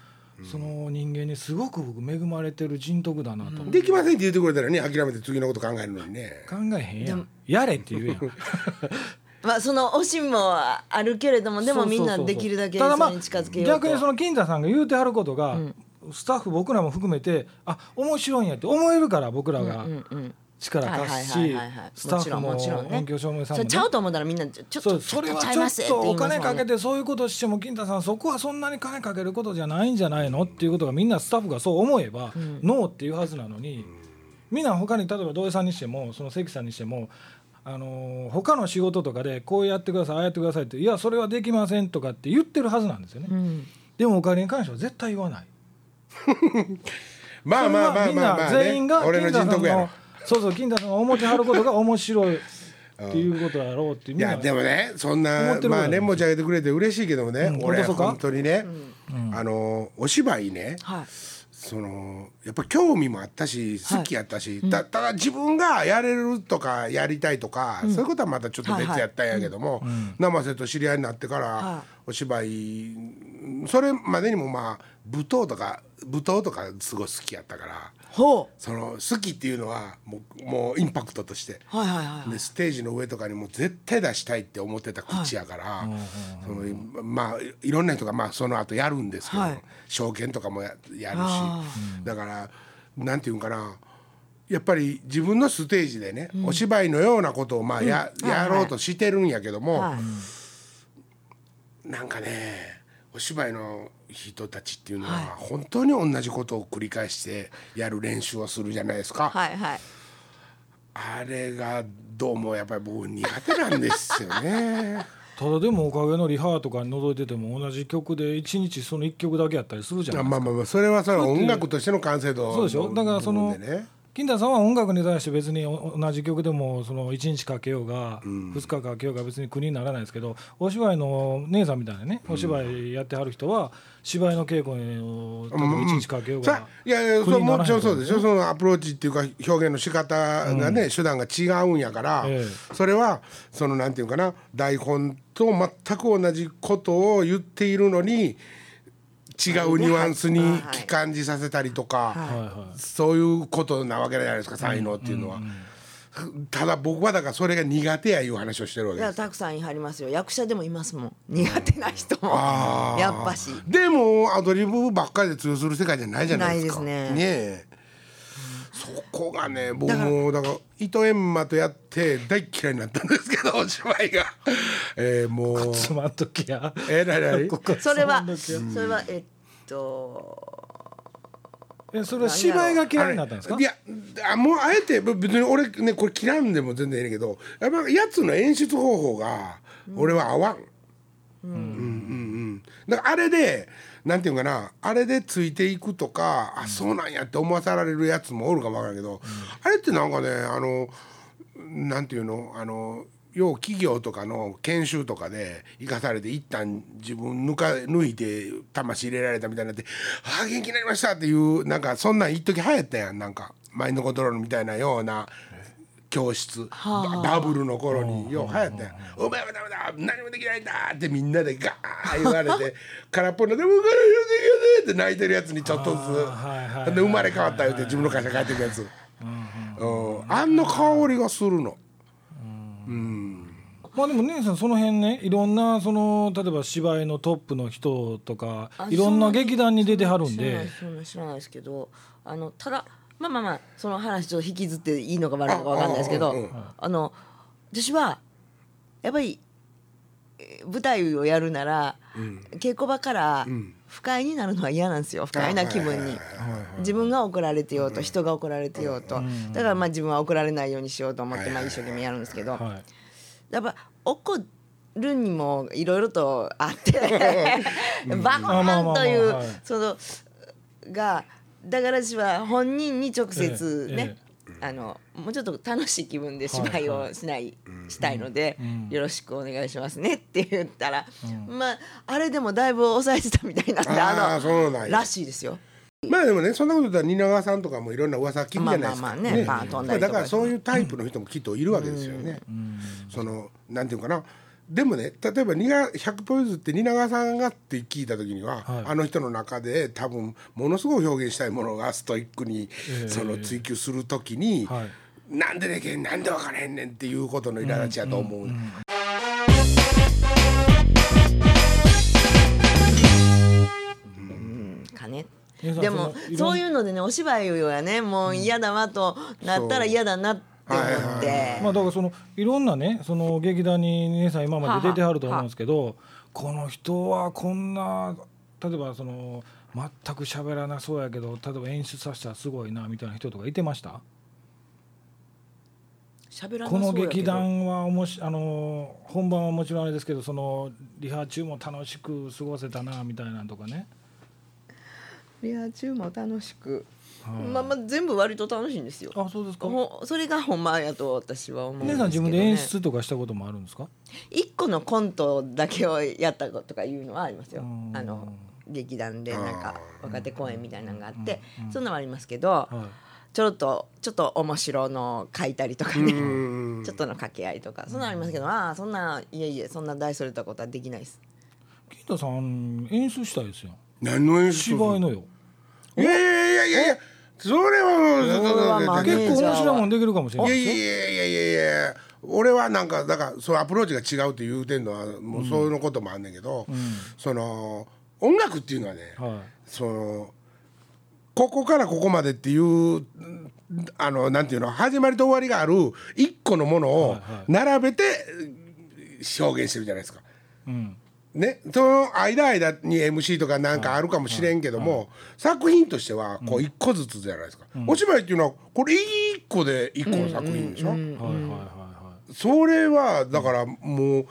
Speaker 1: その人間にすごく僕恵まれてる人徳だなと、
Speaker 2: できませんって言ってくれたらね諦めて次のこと考えるのにね
Speaker 1: 考えへんやんやれって言うやん
Speaker 3: まあその惜しみもあるけれどもでもみんなできるだけ
Speaker 1: ただま
Speaker 3: そ
Speaker 1: あ
Speaker 3: れに近づけようと
Speaker 1: 逆にその金田さんが言うてはることが、スタッフ僕らも含めてあ面白いんやって思えるから僕らが
Speaker 3: うんうん
Speaker 1: 力貸す
Speaker 3: はい
Speaker 1: し
Speaker 3: はいはいはいはい
Speaker 1: スタッフも
Speaker 3: もちろんもちろんね
Speaker 1: 音響照明さん
Speaker 3: そ
Speaker 1: も
Speaker 3: れ
Speaker 1: ね
Speaker 3: ちゃうと思ったらみんなちょちょっ
Speaker 1: そう
Speaker 3: と
Speaker 1: それは
Speaker 3: ちょっとちゃ
Speaker 1: ち
Speaker 3: い
Speaker 1: ょ
Speaker 3: ます
Speaker 1: っ
Speaker 3: って
Speaker 1: と
Speaker 3: 言い
Speaker 1: お
Speaker 3: ますもん
Speaker 1: 金
Speaker 3: ね
Speaker 1: かけてそういうことしても金田さんそこはそんなに金かけることじゃないんじゃないのっていうことがみんなスタッフがそう思えば、ノーっていうはずなのに、みんな他に例えば土井さんにしてもその関さんにしても。あのー他の仕事とかでこうやってくださいああやってくださいっていやそれはできませんとかって言ってるはずなんですよね、
Speaker 3: ん
Speaker 1: でもお金に関しては絶対言わない
Speaker 2: まあまあまあまあまあ、
Speaker 1: それはみんな全員が
Speaker 2: ね、俺の
Speaker 1: 金田
Speaker 2: 人
Speaker 1: さん
Speaker 2: 徳や
Speaker 1: の
Speaker 2: な
Speaker 1: そうそう金田さんが思ってはることが面白いっていうことやろうってみ
Speaker 2: い
Speaker 1: んな
Speaker 2: やでもねそん
Speaker 1: 思っ
Speaker 2: な
Speaker 1: てる
Speaker 2: ま
Speaker 1: わ
Speaker 2: あ
Speaker 1: よ
Speaker 2: ね持ち上げてくれて嬉しいけどもね、
Speaker 1: ん本当
Speaker 2: 俺
Speaker 1: そうか
Speaker 2: 本当にね、あのお芝居ね
Speaker 3: はい
Speaker 2: そのやっぱ興味もあったし
Speaker 3: はい
Speaker 2: 好きやったし、たただ自分がやれるとかやりたいとか、そういうことはまたちょっと別やったんやけども、生瀬と知り合いになってから、
Speaker 3: は
Speaker 2: お芝居それまでにもまあ舞踏とか舞踏とかすごい好きやったから
Speaker 3: ほ
Speaker 2: その好きっていうのはもうもうインパクトとして。
Speaker 3: うはいはいはい
Speaker 2: でステージの上とかにも絶対出したいって思ってた口やから、そのまあいろんな人がまあその後やるんですけど、
Speaker 3: はい
Speaker 2: 証券とかもややるし
Speaker 3: あ
Speaker 2: だからなんていうんかなやっぱり自分のステージでね、お芝居のようなことをまあや,、
Speaker 3: うんはいはい
Speaker 2: やろうとしてるんやけども、
Speaker 3: はい
Speaker 2: なんかねお芝居の人たちっていうのは、
Speaker 3: はい
Speaker 2: 本当に同じことを繰り返してやる練習をするじゃないですか。
Speaker 3: はいはい
Speaker 2: あれがどうもやっぱり僕苦手なんですよね。
Speaker 1: ただでもおかげのリハとかに覗いてても同じ曲で1日その1曲だけやったりするじゃ
Speaker 2: あ
Speaker 1: ない
Speaker 2: まあまあまあそれはそれは音楽としての完成度
Speaker 1: そうでしょだからその
Speaker 2: 部分でね
Speaker 1: 金田さんは音楽に対して別にお同じ曲でもその1日かけようが2日かけようが別に苦にならないですけどお芝居の姉さんみたいなねお芝居やってはる人は芝居の稽古を例えば1日かけよう
Speaker 2: さ
Speaker 1: が
Speaker 2: いやいやそ
Speaker 1: 苦
Speaker 2: れ
Speaker 1: になら
Speaker 2: も
Speaker 1: ない
Speaker 2: ちろんそうでしょそのアプローチっていうか表現の仕方がね、手段が違うんやから、
Speaker 1: え
Speaker 2: それはそのなんていうかな台本と全く同じことを言っているのに違うニュアンスに感じさせたりと
Speaker 1: は
Speaker 2: か、
Speaker 1: いは
Speaker 2: そういうことなわけじゃないですか才能っていうのは、ただ僕はだからそれが苦手やいう話をしてるわ
Speaker 3: い
Speaker 2: けで
Speaker 3: や
Speaker 2: す
Speaker 3: たくさんいはりますよ役者でもいますもん苦手な人も
Speaker 2: あー
Speaker 3: やっぱし
Speaker 2: でもアドリブばっかりで通用する世界じゃないじゃないですか
Speaker 3: ないですね
Speaker 2: えそこがね僕もだから糸閻魔とやって大嫌いになったんですけどお芝居が、えー、もう
Speaker 1: いつまんときや
Speaker 2: えらいらい
Speaker 1: ここ
Speaker 3: それは
Speaker 1: つまんときや
Speaker 3: それはえっと
Speaker 1: えそれは芝居が嫌いになったんですか
Speaker 2: いやあもうあえてぶ別に俺ねこれ嫌んでも全然いいねんけどやっぱやつの演出方法が俺は合わん、うんうんうんだからあれでなんていうんかなあれでついていくとかあそうなんやって思わされるやつもおるかもわからんけど、あれってなんかねあのなんていうのあの要企業とかの研修とかで生かされて一旦自分抜か抜いて魂入れられたみたいになって「ああ元気になりました」っていうなんかそんなん一時流行ったやんなんかマインドコントロールみたいなような教室ババブルの頃によう流行ったやん「お前はダメだ何もできないんだ」ってみんなでガーッ言わ れて空っぽになって「僕から言うてくれ」って泣いてるやつにちょっとずつ
Speaker 1: はいはいはい
Speaker 2: で生まれ変わった言うて自分の会社帰ってくやつ。うんあんな香りがするの。
Speaker 1: まあでも姉さんその辺ねいろんなその例えば芝居のトップの人とか
Speaker 3: あ
Speaker 1: いろんな劇団に出てはるんで
Speaker 3: そうなんです知らないですけどあのただまあまあまあその話ちょっと引きずっていいのか悪いのかわかんないですけ
Speaker 2: あ
Speaker 3: どあ
Speaker 2: うんうん
Speaker 3: の私はやっぱりえー舞台をやるなら、稽古場から不快になるのは嫌なんですよ不快な気分に。自分が怒られてようと人が怒られてようとだからまあ自分は怒られないようにしようと思ってまあ一生懸命やるんですけど
Speaker 1: は
Speaker 3: やっぱ怒るにもいろいろとあって
Speaker 1: あまあま
Speaker 3: バコ
Speaker 1: あま
Speaker 3: ーン
Speaker 1: あ
Speaker 3: という
Speaker 1: はい
Speaker 3: そのがだから私は本人に直接ね、あのもうちょっと楽しい気分で芝居をしない、したいので、
Speaker 1: ん
Speaker 3: よろしくお願いしますねって言ったら、まああれでもだいぶ抑えてたみたいなんで
Speaker 2: あ
Speaker 3: あ
Speaker 2: あそうなん
Speaker 3: の
Speaker 2: や
Speaker 3: らしいですよ。
Speaker 2: まあでもねそんなこと言ったら蜷川さんとかもいろんな噂聞くじゃないですか。
Speaker 3: まあまあまあねまあ飛んだりと
Speaker 2: だ
Speaker 3: か
Speaker 2: からそういうタイプの人もきっといるわけですよね。そのなんていうかな。でもね例えば蜷川100ポイズって蜷川さんがって聞いた時には、
Speaker 1: はい
Speaker 2: あの人の中で多分ものすごい表現したいものがストイックに、その追求するときに、
Speaker 1: はい
Speaker 2: なんででけんなんでわからへんねんっていうことの苛立ちやと思う、
Speaker 3: かね
Speaker 1: いや
Speaker 3: でも
Speaker 1: その
Speaker 3: そういうのでねお芝居をやねもう嫌だわとなったら嫌だなって思っ
Speaker 1: い
Speaker 3: て
Speaker 1: まあだからそのいろんなねその劇団に姉さん今まで出てはると思うんですけどこの人はこんな例えばその全く喋らなそうやけど例えば演出させたらすごいなみたいな人とかいてました
Speaker 3: 喋らなそ
Speaker 1: こ
Speaker 3: うや
Speaker 1: の
Speaker 3: けど
Speaker 1: 劇団はおもしあの本番はもちろんあれですけどそのリハ中も楽しく過ごせたなみたいなんとかね
Speaker 3: リハ中も楽しく、
Speaker 1: はい
Speaker 3: まあまあ全部割と楽しいんですよ。
Speaker 1: あそうですか
Speaker 3: ほそれがほんまやと私は思うんで
Speaker 1: 姉
Speaker 3: すけ
Speaker 1: さ
Speaker 3: ど、
Speaker 1: ん
Speaker 3: ね。
Speaker 1: 自分で演出とかしたこともあるんですか
Speaker 3: 一個のコントだけをやったとかいうのはありますよ
Speaker 1: うん。
Speaker 3: あの劇団でなんか若手公演みたいなのがあって、そんなのはありますけど、
Speaker 1: は
Speaker 3: ちょっとちょっと面白の書いたりとかね。
Speaker 2: うん
Speaker 3: ちょっとの掛け合いとかそんなのありますけど、ああそんないえいえそんな大それたことはできないです。
Speaker 1: い金田さん演出したいですよ
Speaker 2: 何の演出
Speaker 1: 芝居のよ
Speaker 2: いやいやいやいやそれはもう
Speaker 3: それはマネージャー
Speaker 1: 結構面白いもんできるかもしれない
Speaker 2: や
Speaker 1: い
Speaker 2: い
Speaker 1: です
Speaker 2: や
Speaker 1: よ
Speaker 2: いやいやいや俺はなんかだからそうアプローチが違うって言うてんのはもうそういうのこともあんねんけど、その音楽っていうのはね、
Speaker 1: は
Speaker 2: そのここからここまでっていううんあのなんていうの始まりと終わりがある一個のものを並べてうん表現してるじゃないですか。
Speaker 1: い、うん、
Speaker 2: ね、その間間に MC とかなんかあるかもしれんけども、作品としてはこう一個ずつじゃないですか、お芝居っていうのはこれ一個で一個の作品でしょ、
Speaker 1: はいはいはいは
Speaker 2: それはだからもう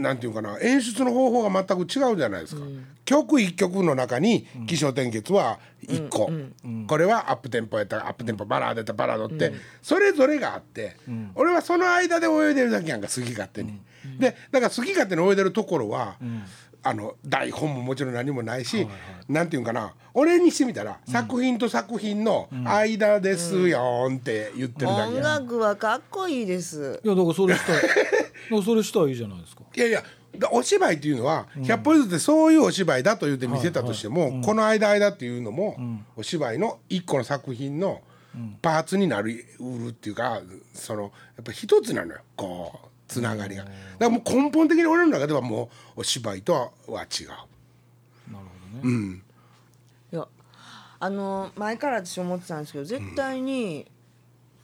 Speaker 2: なんていうかな演出の方法が全く違うじゃないですか、曲一曲の中に起承転結は一個、これはアップテンポやったらアップテンポバラードやったらバラードって、それぞれがあって、俺はその間で泳いでるだけやんか好き勝手に。でだから好き勝手に泳いでるところは、あの台本ももちろん何もないし、なんていうんかな俺にしてみたら、作品と作品の間ですよーんって言ってるだけやん
Speaker 3: 音楽はかっこいいです。
Speaker 1: いいやだからそれしたいだからそれしたらいいじゃないですか
Speaker 2: いやいやだお芝居っていうのは100歩譲ってそういうお芝居だと言って見せたとしても、この間間っていうのも、お芝居の一個の作品のパーツになりうるっていうかそのやっぱ一つなのよこうつながりがだからもう根本的に俺の中ではもうお芝居とはは違う
Speaker 1: なるほどね、
Speaker 3: いやあの前から私思ってたんですけど絶対に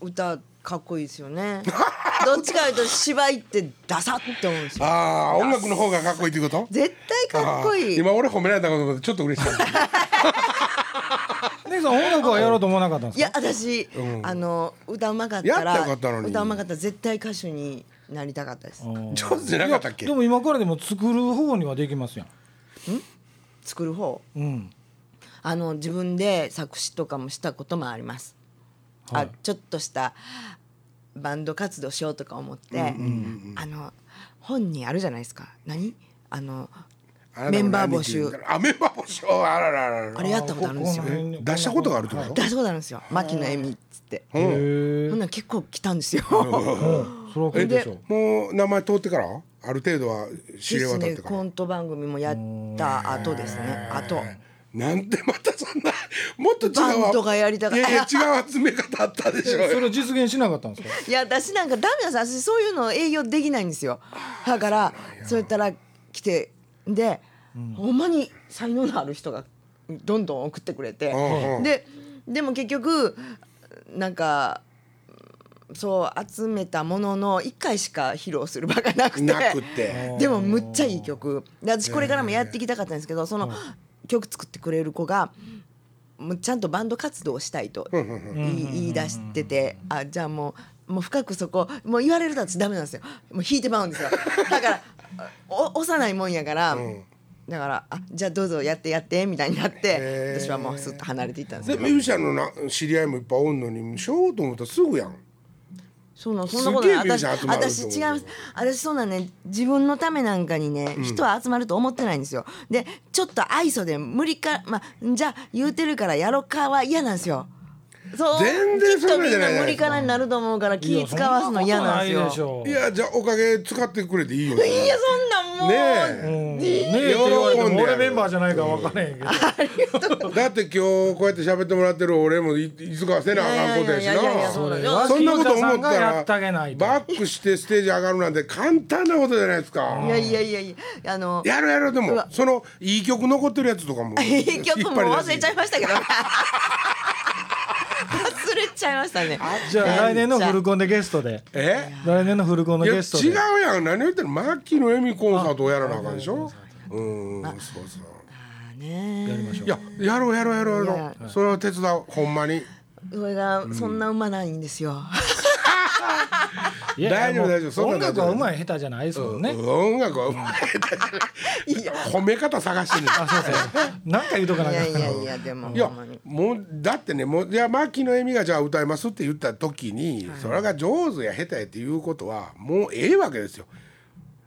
Speaker 3: 歌かっこいいですよね どっちかというと芝居ってダサって思うんですよ
Speaker 2: ああ音楽の方がかっこいいっていうこと
Speaker 3: 絶対かっこい
Speaker 2: あ
Speaker 3: い
Speaker 2: ー今俺褒められたことでちょっと嬉しい
Speaker 1: ネギさん音楽はやろうと思わなかったんで
Speaker 3: い
Speaker 1: すか
Speaker 3: や私、あの歌うまかったら
Speaker 2: やったらよかったのに
Speaker 3: 歌うまかったら絶対歌手になりたかったです
Speaker 2: 上手じゃなかったっけ
Speaker 1: でも今からでも作る方にはできますやん
Speaker 3: 作る方
Speaker 1: うん
Speaker 3: あの自分で作詞とかもしたこともあります、
Speaker 1: はい
Speaker 3: あちょっとしたバンド活動しようとか思って、あの本にあるじゃないですか何あの
Speaker 2: あなたも
Speaker 3: メンバー
Speaker 2: 何
Speaker 3: 募
Speaker 2: 人いるんだろ
Speaker 3: 集
Speaker 2: うあメンバー募集あらららら
Speaker 3: あれやったことあるんですよ
Speaker 1: ここの辺に
Speaker 2: 出したことがあるってこ
Speaker 1: はい
Speaker 2: と
Speaker 3: 出したことあるんですよ牧野恵美っつって
Speaker 1: へ
Speaker 3: ほん
Speaker 1: え
Speaker 3: なら結構来たんですよ
Speaker 1: それはこれでしょ
Speaker 2: もう名前通ってからある程度は知れ渡って
Speaker 3: で すね
Speaker 2: か
Speaker 3: コ
Speaker 2: ら
Speaker 3: ント番組もやった後ですねあと
Speaker 2: なんでまたそんなもっと違う
Speaker 3: バンドがやりたかっ
Speaker 2: い
Speaker 3: た
Speaker 2: やいや違う集め方あったでし
Speaker 1: そ
Speaker 2: ょ
Speaker 1: れを実現しなかったんですか
Speaker 3: いや私なんかダメなんです私そういうの営業できないんですよだからそうやったら来てで、ほんまに才能のある人がどんどん送ってくれて、
Speaker 2: うんうん
Speaker 3: ででも結局なんかそう集めたものの1回しか披露する場がなくて
Speaker 2: なくて
Speaker 3: でもむっちゃいい曲で私これからもやっていきたかったんですけどその曲作ってくれる子がもうちゃんとバンド活動をしたいと言い言い出しててあじゃあもうもう深くそこもう言われると私ダメなんですよもう引いてまうんですよだからお幼いもんやから。だからあじゃあどうぞやってやってみたいになって
Speaker 2: へー
Speaker 3: 私はもうすっと離れていったんです
Speaker 2: で
Speaker 3: けど
Speaker 2: ミュージシャンのな知り合いもいっぱいおんのにしようと思ったらすぐやん
Speaker 3: そうなんそんなことない
Speaker 2: すげえミュージ
Speaker 3: 私
Speaker 2: シャン集まると思う
Speaker 3: 私違います私そんなね自分のためなんかにね、人は集まると思ってないんですよでちょっと愛想で無理かまあじゃあ言うてるからやろかは嫌なんですよそう
Speaker 2: 全然
Speaker 3: きっ
Speaker 2: そ
Speaker 3: と
Speaker 2: んな
Speaker 3: み
Speaker 2: んじ
Speaker 3: ん
Speaker 2: ゃないじゃ
Speaker 3: な
Speaker 2: ない
Speaker 3: 無
Speaker 2: で
Speaker 3: 理
Speaker 2: すか
Speaker 3: からになると思うから気使わすの嫌なんです
Speaker 1: い
Speaker 3: よ
Speaker 1: やそことな
Speaker 2: い
Speaker 1: いでしょ
Speaker 2: やじゃあおかげ使ってくれていいよ
Speaker 3: いやそんなんもう、
Speaker 2: ね
Speaker 1: う
Speaker 2: え
Speaker 1: んねえって言われても俺メンバーじゃないから分からへんけど
Speaker 2: だって今日こうやって喋ってもらってる俺もいいつかせなあかんことやし
Speaker 3: いやいやいやいや
Speaker 2: な
Speaker 3: そうなん
Speaker 1: そ
Speaker 3: よ
Speaker 2: そんなこと思った
Speaker 1: や
Speaker 2: ら
Speaker 1: ってあげないと
Speaker 2: バックしてステージ上がるなんて簡単なことじゃないですか
Speaker 3: いやいやいやいやあの
Speaker 2: やろうやろうで
Speaker 3: う
Speaker 2: も
Speaker 3: わ
Speaker 2: そのいい曲残ってるやつとかも
Speaker 3: いい曲も忘れちゃい
Speaker 2: ま
Speaker 3: ました けど忘れちゃいましたね
Speaker 1: じゃあ来年のフルコンでゲストで
Speaker 2: え
Speaker 1: 来年のフルコンの
Speaker 2: いや
Speaker 1: ゲストで
Speaker 2: 違うやん何を言ったらマッキーのエミコンサートをやらなあかんでしょうんそうそう
Speaker 3: あーねー
Speaker 1: やりましょう
Speaker 2: いややろうやろうやろう
Speaker 3: い
Speaker 2: や
Speaker 3: や
Speaker 2: ろうそれは手伝おうほんまに
Speaker 3: それがそんなうまないんですよ。
Speaker 1: いや
Speaker 2: 大丈
Speaker 1: も
Speaker 2: 夫
Speaker 1: う
Speaker 2: 大丈夫そんな
Speaker 1: 音
Speaker 2: ん大丈夫
Speaker 1: 楽は上手い下手じゃないですもんね
Speaker 2: 音楽はうまい 褒め方探してる
Speaker 1: あそう そう何回言うとか
Speaker 3: い
Speaker 1: なきゃ
Speaker 3: やいやいやでも
Speaker 2: いや
Speaker 3: ほんまに
Speaker 2: もうだってねもういや牧野恵美がじゃあ歌いますって言った時に、それが上手や下手やっていうことはもうええわけですよ。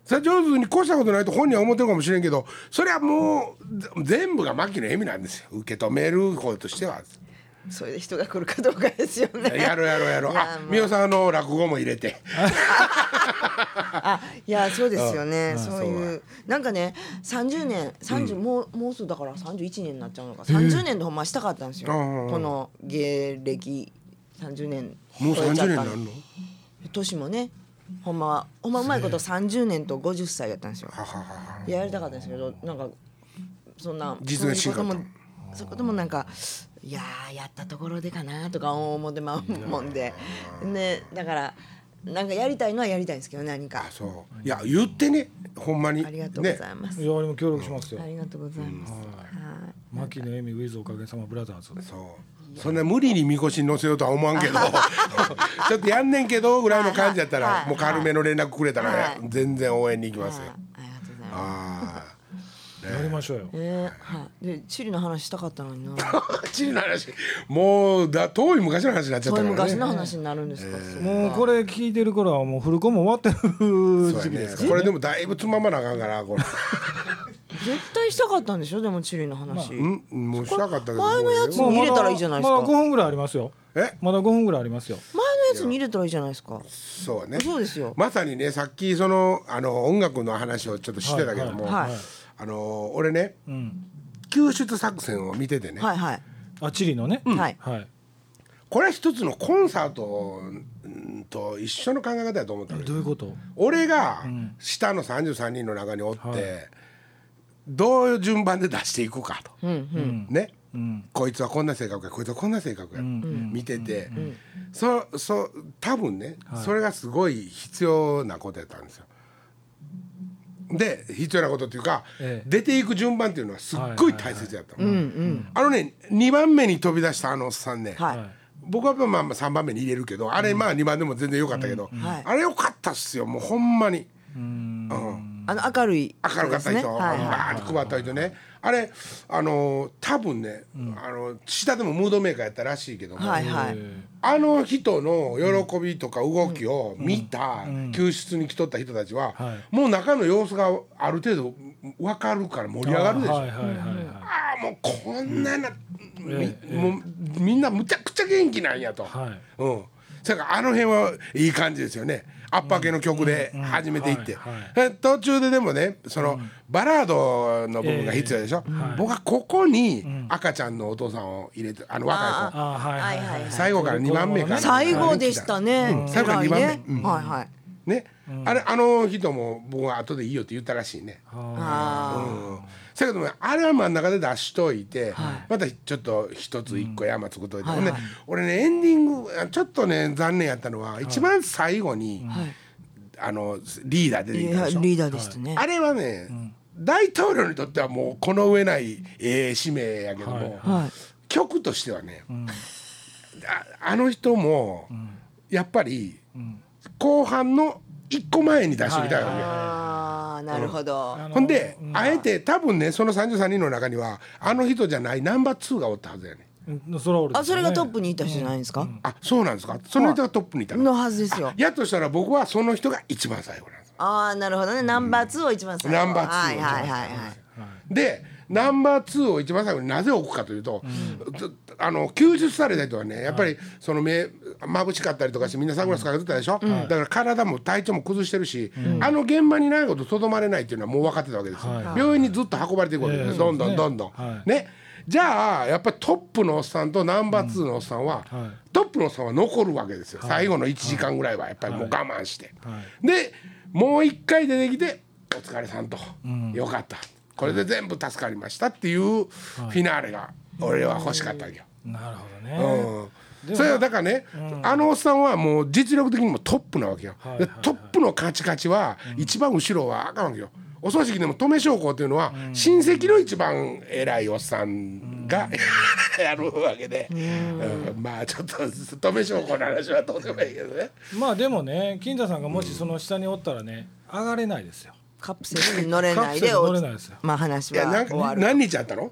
Speaker 2: それは上手に越したことないと本人は思ってるかもしれんけどそれはもうぜ全部が牧野恵美なんですよ受け止める方としては。
Speaker 3: それで人が来るかどうかですよね。
Speaker 2: やろうやろうやろう。
Speaker 3: いや
Speaker 2: あ
Speaker 3: もう
Speaker 2: 美桜さんの落語も入れ て。
Speaker 3: あいやそうですよね。
Speaker 2: ん
Speaker 3: そう
Speaker 2: そう
Speaker 3: いうなんかね30年30もうもうすぐだから31年になっちゃうのか30年でほんましたかったんですよ。
Speaker 2: あー
Speaker 3: この芸歴30年
Speaker 2: もう
Speaker 3: 超え
Speaker 2: 30
Speaker 3: ちゃ
Speaker 2: 年に
Speaker 3: っ
Speaker 2: な
Speaker 3: た
Speaker 2: ん
Speaker 3: で
Speaker 2: るの
Speaker 3: 年もねほんまはほんまうまいこと30年と50歳やったんですよ。
Speaker 2: はははは。
Speaker 3: いややりたかったんですけどなんかそんな
Speaker 2: 実現しなかった
Speaker 3: そういうこともそういうこともなんかいやーやったところでかなとか思ってまうもんで、ね、だからなんかやりたいのはやりたいんですけど何か
Speaker 2: あそう。いや言ってねほんまに。
Speaker 3: ありがとうござい
Speaker 2: ね
Speaker 3: ます、
Speaker 1: いや俺も協力しますよ
Speaker 3: ありがとうございます、はい
Speaker 1: 牧野恵美ウィズおかげさまブラザーズ
Speaker 2: そうそんな無理にみこしに乗せようとは思わんけど ちょっとやんねんけどぐらいの感じやった
Speaker 3: はい
Speaker 2: ら
Speaker 3: はい
Speaker 2: もう軽めの連絡くれたら
Speaker 3: はい
Speaker 2: 全然応援に行きます
Speaker 3: はい
Speaker 2: よ。
Speaker 3: ありがとうございます
Speaker 2: ああ
Speaker 1: やりましょうよ
Speaker 3: えーはい、でチリの話したかったのにな
Speaker 2: 地理の話もうだ遠い昔の話になっちゃっ
Speaker 3: そうい
Speaker 2: た
Speaker 3: う
Speaker 2: から
Speaker 3: 昔の
Speaker 2: ね。
Speaker 3: 話になるんですか、そうか
Speaker 1: もうこれ聞いてる頃はもうフルコンも終わってる
Speaker 2: そう
Speaker 1: 時期
Speaker 2: や
Speaker 1: で
Speaker 2: ね
Speaker 1: すから
Speaker 2: これでもだいぶつままなあかんからこれ
Speaker 3: 絶対したかったんでしょでもチリの話、
Speaker 2: うんもうしたかったけど
Speaker 3: 前のやつ
Speaker 2: もう
Speaker 3: も入れたらいいじゃないですか
Speaker 1: まだ5分ぐらいありますよ
Speaker 2: え
Speaker 1: まだ5分ぐらいありますよ
Speaker 3: 前のースに入れたらいいじゃないですか。
Speaker 2: そうね
Speaker 3: そうですよ
Speaker 2: まさにねさっきそのあの音楽の話をちょっとしてたけども、
Speaker 3: はいはいはい
Speaker 2: あの俺ね
Speaker 1: うん、
Speaker 2: 救出作戦を見ててね、
Speaker 3: はいはい。
Speaker 1: あチリのね、
Speaker 3: はい
Speaker 1: はい、
Speaker 2: これは一つのコンサートうんと一緒の考え方だと思ったのよ
Speaker 1: どういうこと
Speaker 2: 俺が下の33人の中におって、どういう順番で出していくかと、ね、こいつはこんな性格やこいつはこんな性格や、見てて、そそ多分ね、それがすごい必要なことやったんですよ。で必要なことっていうか、
Speaker 1: ええ
Speaker 2: 出ていく順番っていうのはすっごい大切やったの、
Speaker 3: うんうん。
Speaker 2: あのね2番目に飛び出したあのおっさんね、
Speaker 3: はい。
Speaker 1: はい
Speaker 2: 僕はまあまあ3番目に入れるけどあれまあ2番でも全然良かったけど、
Speaker 3: んはい
Speaker 2: あれ良かったっすよもうほんまに
Speaker 1: うん
Speaker 3: あの明るい人です
Speaker 2: 明
Speaker 3: ね。
Speaker 2: るかった人、
Speaker 3: はいは
Speaker 2: バーンと配った人ねあれあのー多分ね、あの下でもムードメーカーやったらしいけど
Speaker 3: い。
Speaker 2: も、
Speaker 3: はいはい。
Speaker 2: あの人の喜びとか動きを見た、救出に来とった人たちは、
Speaker 1: は
Speaker 2: もう中の様子がある程度分かるから盛り上がるでしょ。
Speaker 1: はいはいはいは
Speaker 2: ああもうこんなな、み
Speaker 1: ええ
Speaker 2: もうみんなむちゃくちゃ元気なんやと、
Speaker 1: はい
Speaker 2: うんそれからあの辺はいい感じですよねアッパー系の曲で始めていって、
Speaker 1: はい
Speaker 2: え途中ででもねその、バラードの部分が必要でしょ、僕はここに赤ちゃんのお父さんを入れてあの若い子
Speaker 1: あはいはいはい
Speaker 3: はいはい
Speaker 2: 最後から2番目かな
Speaker 3: 最後でしたね
Speaker 2: う。ん最後
Speaker 3: 偉
Speaker 2: 二
Speaker 3: い
Speaker 2: 番目
Speaker 3: ね。はいはい。
Speaker 2: ね、あれあの人も僕は後でいいよって言ったらしいね
Speaker 3: あ
Speaker 2: うんせやけどもあれは真ん中で出しといて、またちょっと一つ一個山作っといて、
Speaker 3: はい
Speaker 2: ほんで
Speaker 3: はい
Speaker 2: 俺ねエンディングちょっとね残念やったのは一番最後に、
Speaker 3: あ。はい。
Speaker 2: あのリーダー出て
Speaker 3: い
Speaker 2: きた
Speaker 3: や
Speaker 2: でしょ
Speaker 3: リーダーでしたね。
Speaker 2: あれはね、大統領にとってはもうこの上ない、えー使命やけども、
Speaker 3: はい。
Speaker 2: 曲としてはね、ああの人もやっぱり後半の一個前に出してみたいわけよ。
Speaker 3: ああなるほど。
Speaker 1: あの
Speaker 2: ほんで、あえて多分ねその33人の中にはあの人じゃないナンバー2がおったはずやね
Speaker 1: いうんそれは俺ですよね
Speaker 3: あそれがトップにいた人じゃないんですか。
Speaker 2: あそうなんですかその人がトップにいたの、
Speaker 3: のはずですよ。
Speaker 2: やとしたら僕はその人が一番最後なんです
Speaker 3: ああなるほどね。ナンバーツーを一番最後。
Speaker 2: ナンバーツーを
Speaker 3: はい
Speaker 2: 一番
Speaker 3: は
Speaker 2: 最
Speaker 3: い
Speaker 2: 後
Speaker 3: はいはい。
Speaker 2: でナンバー2を一番最後になぜ置くかというと、あの救出された人はねやっぱりその目眩しかったりとかしてみんなサングラスかけてたでしょ、だから体も体調も崩してるし、あの現場にないこととどまれないっていうのはもう分かってたわけですよ、
Speaker 1: は
Speaker 2: 病院にずっと運ばれていくわけです、
Speaker 1: ええ
Speaker 2: どんどんどんどん、
Speaker 1: そうですねはい
Speaker 2: ねじゃあやっぱりトップのおっさんとナンバー2のおっさんは、
Speaker 1: うんはい
Speaker 2: トップのおっさんは残るわけですよ、最後の1時間ぐらいはやっぱりもう我慢して、
Speaker 1: は
Speaker 2: でもう一回出てきて「お疲れさんと」よかったこれで全部助かりました」っていうフィナーレが俺は欲しかったわけよ。
Speaker 1: なるほどね、
Speaker 2: うん、それはだからね、あのおっさんはもう実力的にもトップなわけよ、
Speaker 1: はい
Speaker 2: で
Speaker 1: はいはい
Speaker 2: トップのカチカチは一番後ろはあかんわけよお葬式でも留め将校っていうのは親戚の一番偉いおっさんが、 やるわけで、うんまあちょっと留め将校の話はどうでもいいけどね
Speaker 1: まあでもね金田さんがもしその下におったらね上がれないですよ
Speaker 3: カプセルに乗れないで。
Speaker 1: カプセルに乗れないですよ
Speaker 3: まあ話
Speaker 2: いやな
Speaker 3: は
Speaker 2: ん
Speaker 3: 終
Speaker 2: か
Speaker 3: わる。
Speaker 2: 何日あったの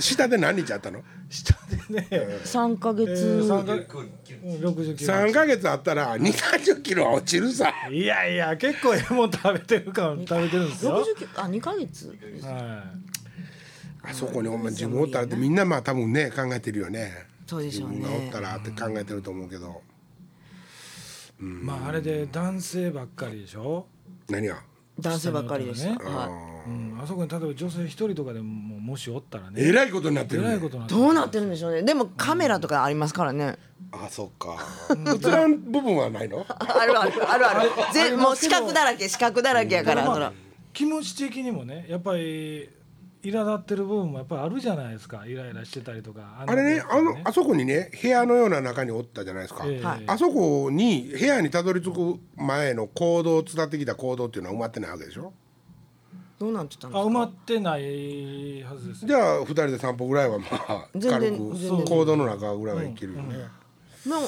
Speaker 2: 下で何日あったの
Speaker 1: 下でね、
Speaker 3: 三ヶ
Speaker 1: えー、
Speaker 3: 月。
Speaker 1: 3か69
Speaker 2: 3ヶ月あったら2 3 0キロは落ちるさ
Speaker 1: いやいや結構ええもん食べてるか食べてるんですよ
Speaker 3: 六十九あ二ヶ月。
Speaker 1: は
Speaker 2: あそこにお前自分おったらってみんなまあ多分ね考えてるよね
Speaker 3: そうでし
Speaker 2: 自
Speaker 3: ょう
Speaker 2: 分がおっ
Speaker 3: ね
Speaker 2: た。らって考えてると思うけど
Speaker 1: い、まああれで男性ばっかりでしょ、
Speaker 2: 何が
Speaker 3: 男性ばっかりでした。
Speaker 1: 下の
Speaker 2: あ
Speaker 3: は
Speaker 2: ー
Speaker 1: うん、あそこに例えば女性一人とかでももしおったらね
Speaker 2: えらいことになって
Speaker 1: え
Speaker 2: る
Speaker 1: らい
Speaker 2: ね
Speaker 1: ことなん
Speaker 3: い。どうなってるんでしょうね。でもカメラとかありますからね。
Speaker 2: あそっか映らん部分はないの
Speaker 3: あるあるあるある。全もう四角だらけ四角だらけやから。そら
Speaker 1: 気持ち的にもねやっぱり苛立ってる部分もやっぱりあるじゃないですかイライラしてたりとかあ
Speaker 2: あれねあのあそこにね部屋のような中におったじゃないですか、
Speaker 1: ええ
Speaker 3: はい
Speaker 2: あそこに部屋にたどり着く前の行動を伝ってきた行動っていうのは埋まってないわけでしょ
Speaker 3: どうなっちゃったんで
Speaker 1: あ埋
Speaker 3: すか。
Speaker 1: まってないはずです
Speaker 2: じゃあ2人で散歩ぐらいはまあ
Speaker 3: 全然
Speaker 2: 軽
Speaker 3: 全
Speaker 2: く
Speaker 3: 然
Speaker 2: 行動の中ぐらいはいけるよね、
Speaker 3: でも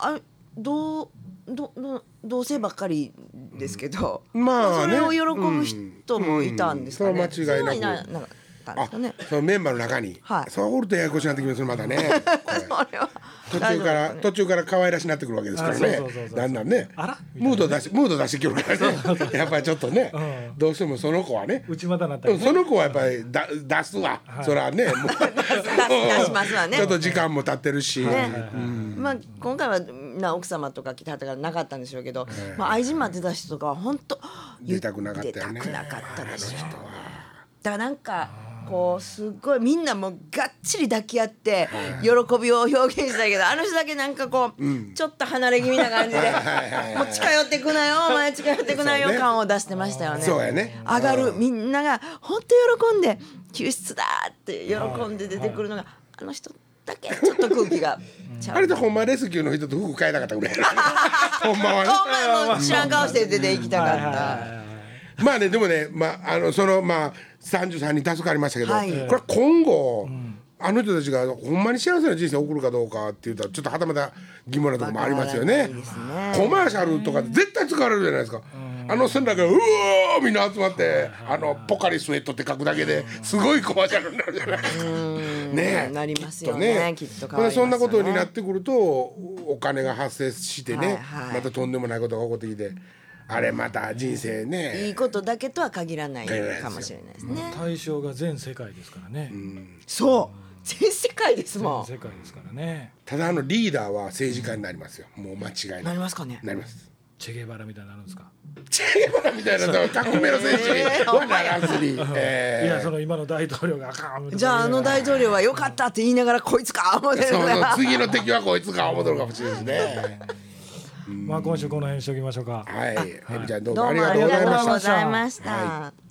Speaker 3: あどうどど同性ばっかりですけど、
Speaker 2: うんまあ
Speaker 3: それを
Speaker 2: ね
Speaker 3: 喜ぶ人もいたんですかね。
Speaker 2: うんうんそれは間違いなく
Speaker 3: そうはなかったんで
Speaker 2: あ
Speaker 3: すかね。
Speaker 2: そのメンバーの中に、
Speaker 3: はい
Speaker 2: そうおるとややこしになってきますねまたね これ
Speaker 3: あれは
Speaker 2: 途中から、途中から可愛らしになってくるわけですからね
Speaker 1: あそうそうそうそう
Speaker 2: だんだんね
Speaker 1: あら
Speaker 2: ムード出しムード出してくるからねやっぱりちょっとね、
Speaker 1: う
Speaker 2: どうしてもその子はね
Speaker 1: 内股になった
Speaker 2: で
Speaker 1: り
Speaker 2: も
Speaker 1: ね
Speaker 2: その子はやっぱりだ出すわ、それはね もう
Speaker 3: 出しますわね
Speaker 2: ちょっと時間も経ってるし、
Speaker 3: ね、まあ今回はな奥様とか来てはったからなかったんでしょうけど、まあ、愛人待ってた人とかは本当
Speaker 2: 出たくなかったよね
Speaker 3: 出たくなかったでしょだからなんかこうすごいみんなもうがっちり抱き合って喜びを表現したけどあの人だけなんかこう、ちょっと離れ気味な感じで 「もう近寄ってくなよお前近寄ってくなよ
Speaker 2: そう」ね
Speaker 3: 感を出してましたよね。
Speaker 2: そうやね
Speaker 3: 上がるみんなが本当喜んで救出だって喜んで出てくるのがあの人だけちょっと空気がちゃ
Speaker 2: あ
Speaker 3: う
Speaker 2: れでほんまレスキューの人と服変えなかったぐ らいやなほんまはね
Speaker 3: お前もう知らん顔して出て行きたかった。
Speaker 2: まあねでもねまああのそのまあ33人助かりましたけど、
Speaker 3: はい
Speaker 2: これ今後、あの人たちがほんまに幸せな人生を送るかどうかっていうとちょっとはたまた疑問なところもありますよ
Speaker 3: わ
Speaker 2: ね
Speaker 3: からないですね
Speaker 2: コマーシャルとかで絶対使われるじゃないですか、あの線だけうおーみんな集まってあのポカリスエットって書くだけですごいコマーシャルになるじゃないですか。ねえ
Speaker 3: なりますよねきっと変わります
Speaker 2: そ
Speaker 3: よね
Speaker 2: んなことになってくるとお金が発生してね、
Speaker 3: はいはい
Speaker 2: またとんでもないことが起こってきてあれまた人生ね
Speaker 3: いいことだけとは限らないかもしれないですね。
Speaker 1: 対象が全世界ですからね、
Speaker 3: そう全世界ですも
Speaker 1: 全世界ですからね
Speaker 2: ただあのリーダーは政治家になりますよ、もう間違い
Speaker 3: ん。
Speaker 2: な
Speaker 3: ないりますかね。
Speaker 2: なります
Speaker 1: チェゲバラみたいになるんですか、
Speaker 2: チェゲバラみたいな革命の選 手はならずに、え ー
Speaker 1: いやその今の大統領があかん
Speaker 3: じゃああの大統領は良かったって言いながらこいつか思ってる
Speaker 2: そう
Speaker 3: か
Speaker 2: そう
Speaker 3: ら。
Speaker 2: 次の敵はこいつか思うとるかもしれないですね
Speaker 1: まあ今週この辺にしときましょうか
Speaker 2: はいエミちゃんどう
Speaker 3: ど
Speaker 2: もあ
Speaker 3: う
Speaker 2: り
Speaker 3: も
Speaker 2: が
Speaker 3: あ
Speaker 2: とう
Speaker 3: り
Speaker 2: ご
Speaker 3: が
Speaker 2: ざいま
Speaker 3: とう
Speaker 2: した
Speaker 3: ございました。